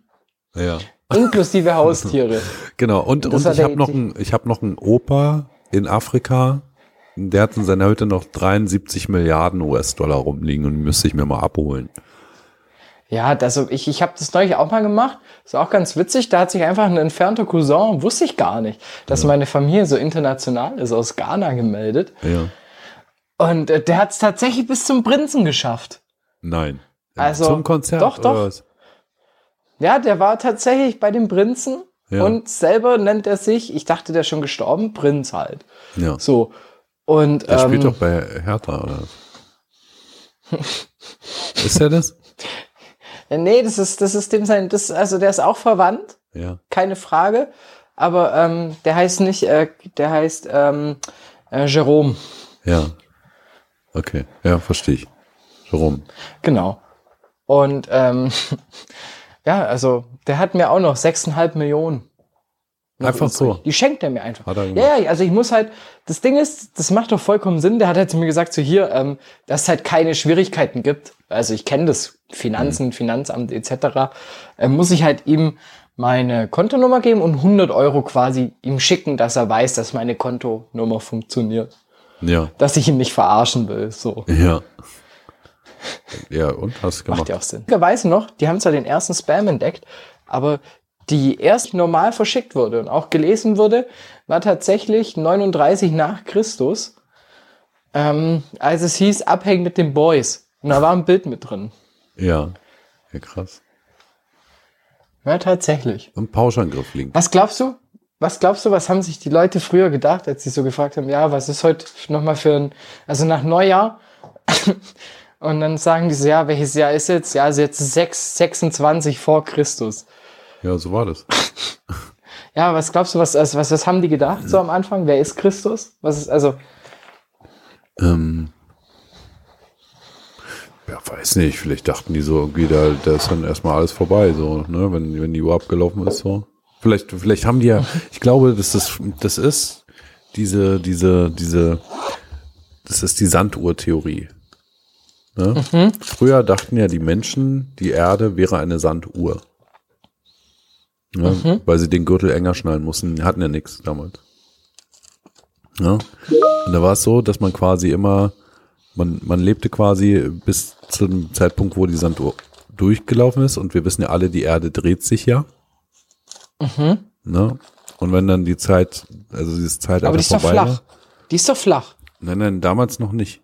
A: Ja.
B: Inklusive Haustiere.
A: Genau. Und, und
B: Das
A: ich
B: war der-
A: habe noch, einen- ich hab noch einen Opa in Afrika, der hat in seiner Hütte noch 73 Milliarden US-Dollar rumliegen und die müsste ich mir mal abholen.
B: Ja, das, ich, ich habe das neulich auch mal gemacht. Ist auch ganz witzig. Da hat sich einfach ein entfernter Cousin, wusste ich gar nicht, dass meine Familie so international ist, aus Ghana gemeldet.
A: Ja.
B: Und äh, der hat es tatsächlich bis zum Prinzen geschafft.
A: Nein.
B: Also,
A: Zum Konzert.
B: doch, doch.
A: oder was?
B: Ja, der war tatsächlich bei dem Prinzen
A: Ja.
B: und selber nennt er sich, ich dachte, der ist schon gestorben, Prinz halt.
A: Ja.
B: So. Und
A: Der spielt
B: ähm,
A: doch bei Hertha, oder? ist er das?
B: äh, nee, das ist, das ist dem sein, das, also der ist auch verwandt.
A: Ja.
B: keine Frage. Aber ähm, der heißt nicht, äh, der heißt ähm, äh, Jerome.
A: Ja. Okay. Ja, verstehe ich. Jerome.
B: Genau. Und ähm, ja, also der hat mir auch noch 6,5 Millionen. noch
A: Einfach
B: übrig.
A: so.
B: Die schenkt er mir einfach.
A: Hat er gemacht.
B: ja, ja, also ich muss halt, das Ding ist, das macht doch vollkommen Sinn. Der hat halt zu mir gesagt, so hier, ähm, dass es halt keine Schwierigkeiten gibt. Also ich kenne das, Finanzen,
A: Mhm.
B: Finanzamt etc. Äh, muss ich halt ihm meine Kontonummer geben und 100 Euro quasi ihm schicken, dass er weiß, dass meine Kontonummer funktioniert.
A: Ja.
B: Dass ich ihn nicht verarschen will, so.
A: Ja. Ja, und hast du
B: Macht
A: gemacht.
B: ja auch Sinn. Wer weiß noch, die haben zwar den ersten Spam entdeckt, aber die erst normal verschickt wurde und auch gelesen wurde, war tatsächlich 39 nach Christus, ähm, als es hieß, abhängen mit den Boys. Und da war ein Bild mit drin.
A: Ja. Ja, krass.
B: Ja, tatsächlich.
A: Ein Pauschangriff liegen.
B: Was glaubst du? Was glaubst du, was haben sich die Leute früher gedacht, als sie so gefragt haben, ja, was ist heute nochmal für ein, also nach Neujahr? Und dann sagen die so, ja, welches Jahr ist jetzt? Ja, also jetzt 6, 26 vor Christus.
A: Ja, so war das.
B: Ja, was glaubst du, was, also was, was haben die gedacht so am Anfang? Wer ist Christus? Was ist, also,
A: Ähm, ja, weiß nicht. Vielleicht dachten die so irgendwie, da, da ist dann erstmal alles vorbei, so, ne, wenn, wenn die Uhr abgelaufen ist, so. Vielleicht, vielleicht haben die ja, ich glaube, dass das, das ist diese, diese, diese, das ist die Sanduhr-Theorie. Ne?
B: Mhm.
A: Früher dachten ja die Menschen, die Erde wäre eine Sanduhr. Ne?
B: Mhm.
A: Weil sie den Gürtel enger schnallen mussten, Die hatten ja nichts damals. Ne? Und da war es so, dass man quasi immer, man, man lebte quasi bis zum Zeitpunkt, wo die Sanduhr durchgelaufen ist. Und wir wissen ja alle, die Erde dreht sich ja.
B: Mhm.
A: Ne? Und wenn dann die Zeit, also dieses Zeitalter
B: aber die ist doch
A: vorbei ne?
B: flach. Die ist doch flach.
A: Nein, nein, damals noch nicht.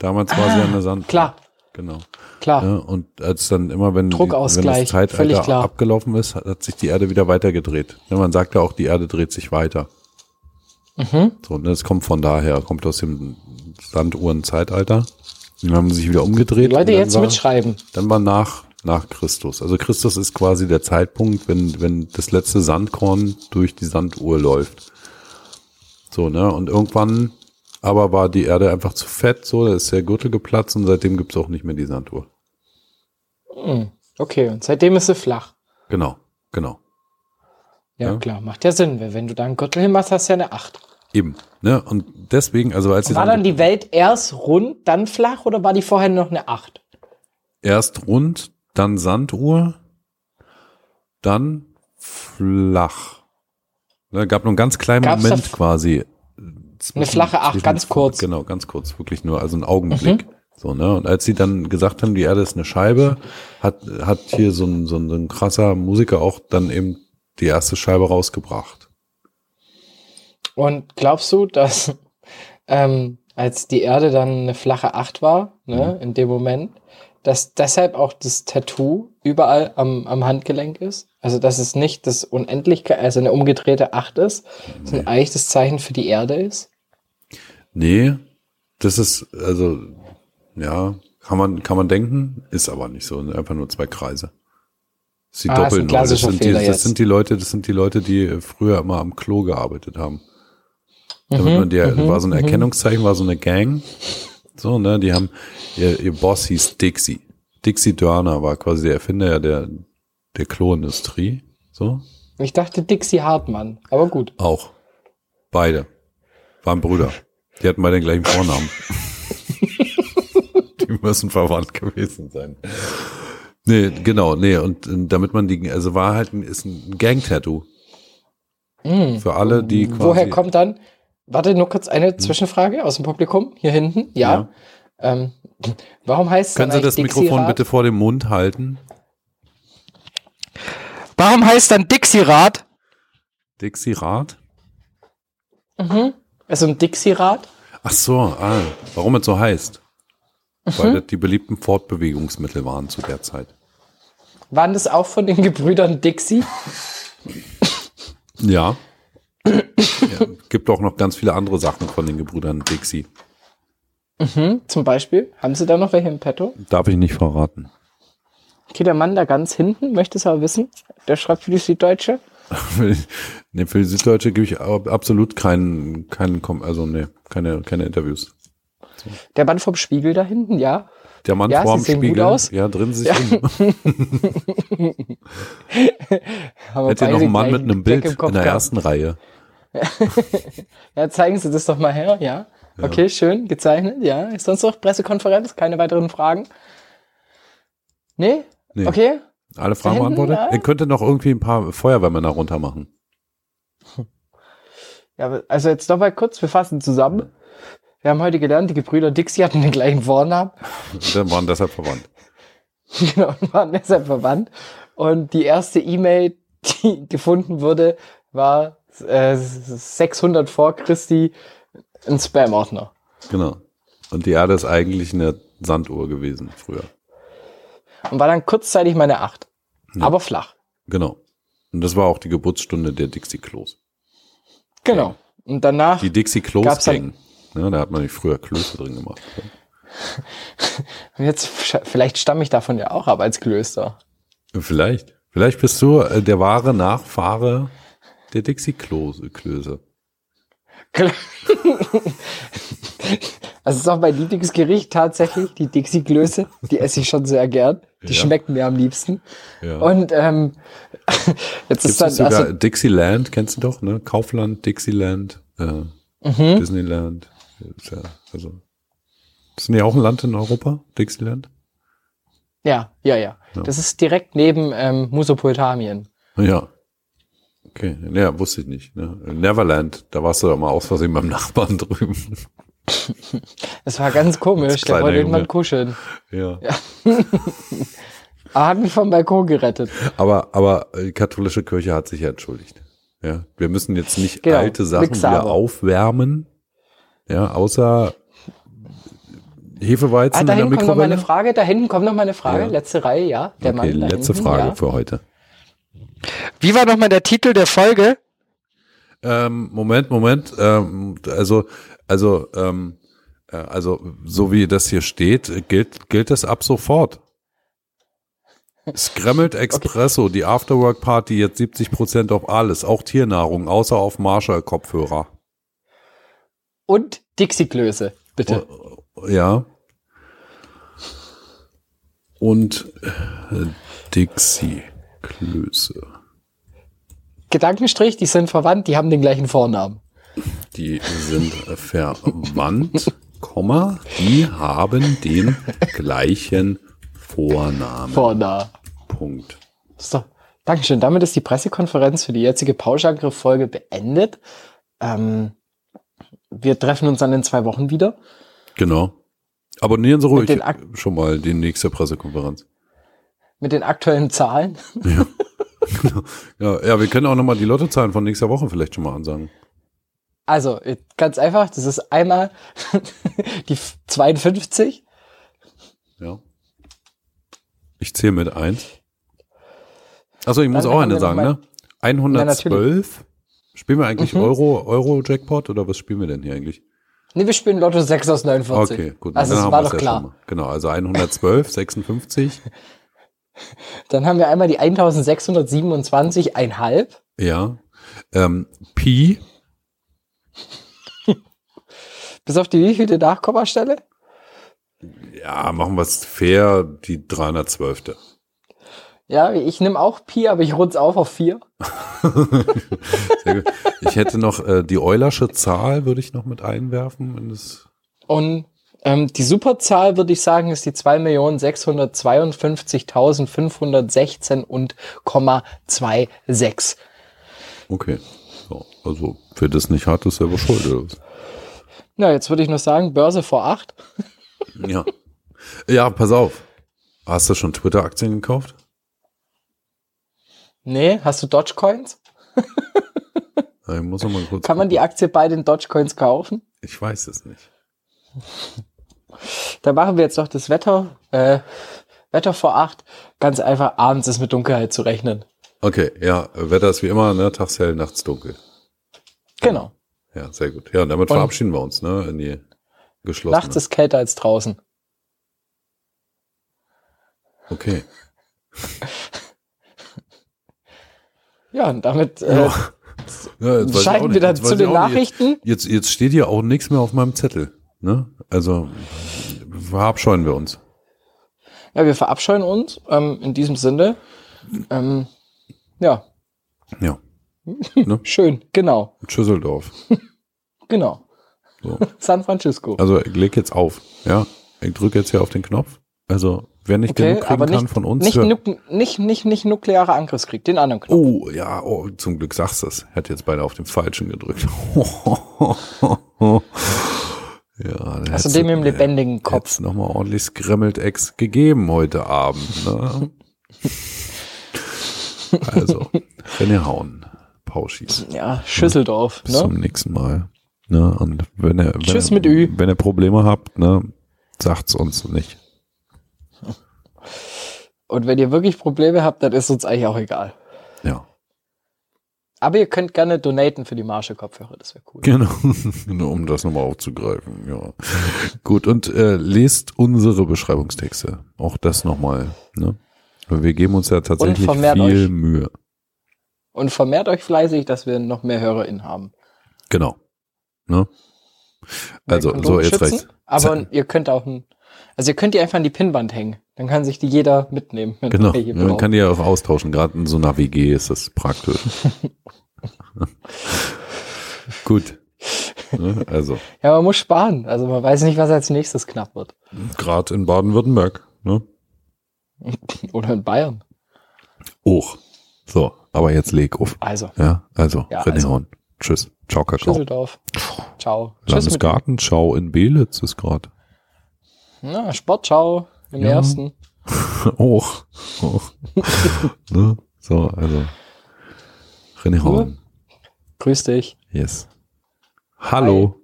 A: Damals war sie an der Sand.
B: Ah, Klar,
A: Genau.
B: klar.
A: Ja, und als dann immer, wenn, die, wenn das
B: Druckausgleich, völlig
A: Zeitalter
B: klar.
A: abgelaufen ist, hat, hat sich die Erde wieder weitergedreht. Ja, man sagt ja auch, die Erde dreht sich weiter.
B: Mhm.
A: So, und das kommt von daher, kommt aus dem Sanduhren-Zeitalter. Die haben sich wieder umgedreht.
B: Die Leute
A: und dann
B: jetzt
A: war,
B: mitschreiben.
A: Dann war nach, nach Christus. Also Christus ist quasi der Zeitpunkt, wenn, wenn das letzte Sandkorn durch die Sanduhr läuft. So, ne? Und irgendwann aber war die Erde einfach zu fett, so, da ist der Gürtel geplatzt und seitdem gibt's auch nicht mehr die Sanduhr.
B: Hm. Okay, und seitdem ist sie flach.
A: Genau, genau.
B: Ja,
A: Ja.
B: klar, macht ja Sinn. weil Wenn du da einen Gürtel hinmachst, hast du ja eine Acht.
A: Eben. Ne? Und deswegen, also als sie
B: War dann
A: dann
B: die Welt erst rund, dann flach oder war die vorher noch eine Acht?
A: erst rund, dann Sanduhr, dann flach. Ne, gab nur einen ganz kleinen
B: Gab's da
A: Moment
B: f-
A: quasi.
B: Eine flache Acht,
A: zwischen-
B: ganz kurz. Mhm.
A: Genau, ganz kurz, wirklich nur, also ein Augenblick. So, ne? Und als sie dann gesagt haben, die Erde ist eine Scheibe, hat, hat hier so ein, so, ein, so ein krasser Musiker auch dann eben die erste Scheibe rausgebracht.
B: Und glaubst du, dass ähm, als die Erde dann eine flache Acht war, ne,
A: Mhm.
B: in dem Moment, dass deshalb auch das Tattoo überall am, am Handgelenk ist? Also dass es nicht das Unendlichkeit, also eine umgedrehte Acht ist, sondern eigentlich das Zeichen für die Erde ist?
A: Nee, das ist, also, ja, kann man, kann man denken, ist aber nicht so. ne? Einfach nur zwei Kreise. Sie
B: Ah, ist ein
A: doppeln nur. Das
B: klassischer
A: sind, die,
B: Fehler
A: das
B: jetzt.
A: sind die Leute, das sind die Leute, die früher immer am Klo gearbeitet haben. Damit man die,
B: mhm,
A: war so ein
B: mhm.
A: Erkennungszeichen, war so eine Gang. So, ne, die haben, ihr, ihr Boss hieß Dixie. Dixie Dörner war quasi der Erfinder der, der Kloindustrie. So,
B: Ich dachte Dixie Hartmann, aber gut.
A: auch. Beide. Waren Brüder. Die hatten beide den gleichen Vornamen. die müssen verwandt gewesen sein. Nee, genau, nee, und äh, damit man die, also war halt ein, ist ein Gang-Tattoo.
B: Mm.
A: Für alle, die quasi.
B: Woher kommt dann? Warte, nur kurz eine
A: Hm.
B: Zwischenfrage aus dem Publikum hier hinten. Ja. Ähm, warum heißt es
A: Können Sie
B: dann
A: das
B: eigentlich
A: Mikrofon
B: Dixie-Rad?
A: bitte vor dem Mund halten?
B: Warum heißt dann Dixie-Rad?
A: Dixie Rad?
B: Mhm. Also ein Dixie-Rad?
A: Ach so, ah, warum es so heißt.
B: Mhm.
A: Weil das die beliebten Fortbewegungsmittel waren zu der Zeit.
B: Waren das auch von den Gebrüdern Dixie?
A: Ja. ja. Gibt auch noch ganz viele andere Sachen von den Gebrüdern Dixie.
B: Mhm. Zum Beispiel. Haben Sie da noch welche im Petto?
A: Darf ich nicht verraten.
B: Okay, der Mann da ganz hinten möchte es aber wissen. Der schreibt für die Süddeutsche.
A: Für die- nee, für die Süddeutsche gebe ich ab- absolut keinen, keinen, Kom- also nee, keine, keine Interviews.
B: Der Mann vom Spiegel da hinten, ja.
A: Der Mann
B: Ja,
A: vorm
B: sie sehen gut
A: Spiegel,
B: aus.
A: ja, drin sich
B: Ja.
A: um.
B: Haben wir
A: Hätte
B: beide
A: noch einen Mann
B: gleich
A: mit einem
B: Deck
A: Bild
B: im Kopf
A: in der
B: gehabt.
A: ersten Reihe.
B: Ja, zeigen Sie das doch mal her, ja. Okay, schön, gezeichnet, ja. Ist sonst noch Pressekonferenz? Keine weiteren Fragen? Nee?
A: Nee.
B: Okay.
A: Alle Fragen
B: hinten,
A: beantwortet?
B: ja.
A: Er könnte noch irgendwie ein paar Feuerwehrmänner runter machen.
B: Ja, aber- also jetzt nochmal kurz, wir fassen zusammen. Wir haben heute gelernt, die Gebrüder Dixie hatten den gleichen Vornamen.
A: Dann waren deshalb verwandt.
B: genau, und waren deshalb verwandt. Und die erste E-Mail, die gefunden wurde, war äh, 600 vor Christi ein Spam-Ordner.
A: Genau. Und die Erde ist eigentlich eine Sanduhr gewesen früher.
B: Und war dann kurzzeitig meine Acht. Aber flach.
A: Genau. Und das war auch die Geburtsstunde der Dixie Klos.
B: Genau. Und danach,
A: Die Dixie Klos
B: Gab's
A: Gang. Ja, da hat man nicht früher Klöße drin gemacht. ne?
B: und jetzt, sch- vielleicht stamme ich davon ja auch ab als Klöster.
A: Vielleicht. Vielleicht bist du äh, der wahre Nachfahre der Dixie Klos Klöße.
B: Klar. Das Genau. Also ist auch mein Lieblingsgericht tatsächlich, die Dixie-Klöße. Die esse ich schon sehr gern. Die
A: Ja.
B: schmecken mir am liebsten.
A: Ja.
B: Und ähm, jetzt
A: Gibt
B: ist
A: es
B: dann,
A: sogar
B: also,
A: Dixieland, kennst du doch, ne? Kaufland, Dixieland, äh,
B: Mhm.
A: Disneyland. Ist ja, also, ist ja auch ein Land in Europa, Dixieland?
B: ja, ja, ja,
A: Ja.
B: Das ist direkt neben ähm, Mesopotamien.
A: Ja. Okay, ja, wusste ich nicht. Ne? Neverland, da warst du doch mal aus Versehen beim Nachbarn drüben.
B: Das war ganz komisch. Der
A: kleiner
B: wollte irgendwann
A: Junge.
B: kuscheln.
A: Ja.
B: Aber hat mich vom Balkon gerettet.
A: Aber, aber äh, die katholische Kirche hat sich ja entschuldigt. Ja, wir müssen jetzt nicht
B: Genau,
A: alte Sachen
B: nix
A: wieder
B: aber.
A: aufwärmen. Ja, außer Hefeweizen
B: Ah, da
A: in der
B: hinten kommt noch mal eine
A: Mikrowelle.
B: Frage. Da hinten kommt noch mal eine Frage.
A: Ja.
B: Letzte Reihe, ja. Der
A: okay,
B: Mann da
A: letzte
B: hinten,
A: Frage
B: Ja.
A: für heute.
B: Wie war noch mal der Titel der Folge?
A: Ähm, Moment, Moment. Ähm, also, also, ähm, äh, also, so wie das hier steht, äh, gilt, gilt das ab sofort. Scrambled Espresso, die Afterwork-Party, jetzt 70% auf alles, auch Tiernahrung, außer auf Marshall-Kopfhörer.
B: Und Dixie-Klöße, bitte.
A: Oh, Ja. Und äh, Dixie-Klöße.
B: Gedankenstrich, die sind verwandt, die haben den gleichen Vornamen.
A: Die sind verwandt, Komma, die haben den gleichen Vornamen.
B: Vornamen.
A: Punkt.
B: So, Dankeschön. Damit ist die Pressekonferenz für die jetzige Pauschangriff-Folge beendet. Ähm, wir treffen uns dann in zwei Wochen wieder.
A: Genau. Abonnieren Sie ruhig
B: den Ak-
A: schon mal die nächste Pressekonferenz.
B: mit den aktuellen Zahlen.
A: Ja, ja, wir können auch nochmal die Lottozahlen von nächster Woche vielleicht schon mal ansagen.
B: Also äh, ganz einfach, das ist einmal die F- 52,
A: Ja. Ich zähle mit 1. Achso, ich muss
B: Dann
A: auch
B: haben
A: eine
B: wir
A: sagen,
B: noch
A: ne?
B: mal- Mhm.
A: 112. Spielen wir eigentlich Euro, Euro-Jackpot oder was spielen wir denn hier eigentlich? Ah,
B: nee, wir spielen Lotto 6 aus 49.
A: Okay, gut.
B: Also
A: dann
B: es
A: haben
B: war
A: wir's
B: doch klar.
A: schon mal. Genau, also 112, 56.
B: Dann haben wir einmal die 1627,5.
A: Ja. Ähm, Pi.
B: Bis auf die wievielte Nachkommastelle?
A: Ja, machen wir es fair, die 312.
B: Ja, ich nehme auch Pi, aber ich rund's auf auf 4.
A: Sehr gut. Ich hätte noch äh, die Eulersche Zahl, würde ich noch mit einwerfen. In das
B: Und ähm, die Superzahl, würde ich sagen, ist die 2.652.516 und Komma 26.
A: okay. So, also, wer das nicht hat, ist selber schuld. Oder was?
B: Na, jetzt würde ich nur sagen, Börse vor 8.
A: Ja. Ja, pass auf. Hast du schon Twitter-Aktien gekauft?
B: Nee, hast du Dogecoins?
A: Ich muss noch mal kurz.
B: Kann man die
A: gucken.
B: Aktie bei den Dogecoins kaufen?
A: Ich weiß es nicht.
B: Da machen wir jetzt noch das Wetter, äh, Wetter vor 8. Ganz einfach, abends ist mit Dunkelheit zu rechnen.
A: Okay, ja, Wetter ist wie immer, ne? Tags hell, nachts dunkel.
B: Genau.
A: Ja, sehr gut. Ja, und damit
B: Und-
A: verabschieden wir uns, ne? In die geschlossene.
B: Nachts ist kälter als draußen.
A: okay.
B: Ja, und damit äh,
A: Ja. Ja, jetzt weiß ich auch
B: schalten
A: nicht.
B: wir dann
A: Jetzt weiß
B: zu
A: ich
B: den
A: auch nicht.
B: Nachrichten.
A: Jetzt, jetzt steht hier auch nichts mehr auf meinem Zettel. Ne? Also verabscheuen wir uns.
B: Ja, wir verabscheuen uns ähm, in diesem Sinne. Ähm, ja,
A: Ja.
B: schön, genau,
A: Schüsseldorf.
B: genau.
A: So.
B: San Francisco.
A: Also ich leg jetzt auf. Ja. Ich drücke jetzt hier auf den Knopf. Also, wer nicht
B: Okay,
A: genug kriegen
B: aber
A: kann
B: nicht-
A: von uns.
B: Nicht,
A: hört-
B: nuk- nicht, nicht, nicht nuklearer Angriffskrieg, den anderen Knopf.
A: oh, ja, oh, zum Glück sagst du es. Hätte jetzt beide auf den falschen gedrückt. ja,
B: also dem im lebendigen Kopf.
A: Kopf nochmal ordentlich Scrambled Eggs gegeben heute Abend. Ne? also, René Hauen, Pauschis.
B: Ja, Schüsseldorf.
A: Bis
B: Ne?
A: zum nächsten Mal. Ne? Und wenn ihr, wenn
B: Tschüss
A: ihr,
B: mit Ü.
A: Wenn ihr Probleme habt, ne, sagt's uns nicht.
B: Und wenn ihr wirklich Probleme habt, dann ist uns eigentlich auch egal.
A: Ja,
B: Aber ihr könnt gerne donaten für die Marshall-Kopfhörer, das wäre cool.
A: genau. Nur um das nochmal aufzugreifen. Ja. Gut, und äh, lest unsere Beschreibungstexte. Auch das nochmal. Ne? Wir geben uns ja tatsächlich
B: vermehrt
A: viel
B: euch.
A: Mühe.
B: Und vermehrt euch fleißig, dass wir noch mehr HörerInnen haben.
A: Genau. Ne?
B: Ihr
A: Also,
B: könnt
A: so
B: uns
A: jetzt
B: schützen,
A: reicht's.
B: Aber ihr könnt auch, ein- also ihr könnt die einfach an die Pinnwand hängen. Dann kann sich die jeder mitnehmen. wenn
A: Genau,
B: ihr hier
A: man
B: braucht.
A: kann die ja auch austauschen. Gerade in so einer WG ist das praktisch. Gut. Ne, Also,
B: Ja, man muss sparen. Also man weiß nicht, was als nächstes knapp wird.
A: gerade in Baden-Württemberg. Ne?
B: Oder in Bayern.
A: Och. So, aber jetzt leg auf.
B: Also,
A: Ja, also,
B: Ja,
A: René
B: also.
A: Horn. Tschüss. Ciao, Kakao.
B: Schüsseldorf. Ciao. Tschüss mit
A: Landesgarten, ciao in Belitz ist gerade.
B: na, Sport, ciao. Im
A: Ja.
B: ersten.
A: Och. Och. ne? So, also. René Horn.
B: Grüß dich.
A: Yes. Hallo.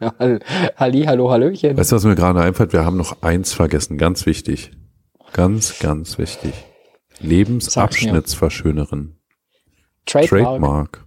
B: Ja, hall- Halli, hallo, Hallöchen.
A: Weißt du, was mir gerade einfällt? Wir haben noch eins vergessen, ganz wichtig. Ganz, ganz wichtig. Lebensabschnittsverschönerin. Trademark.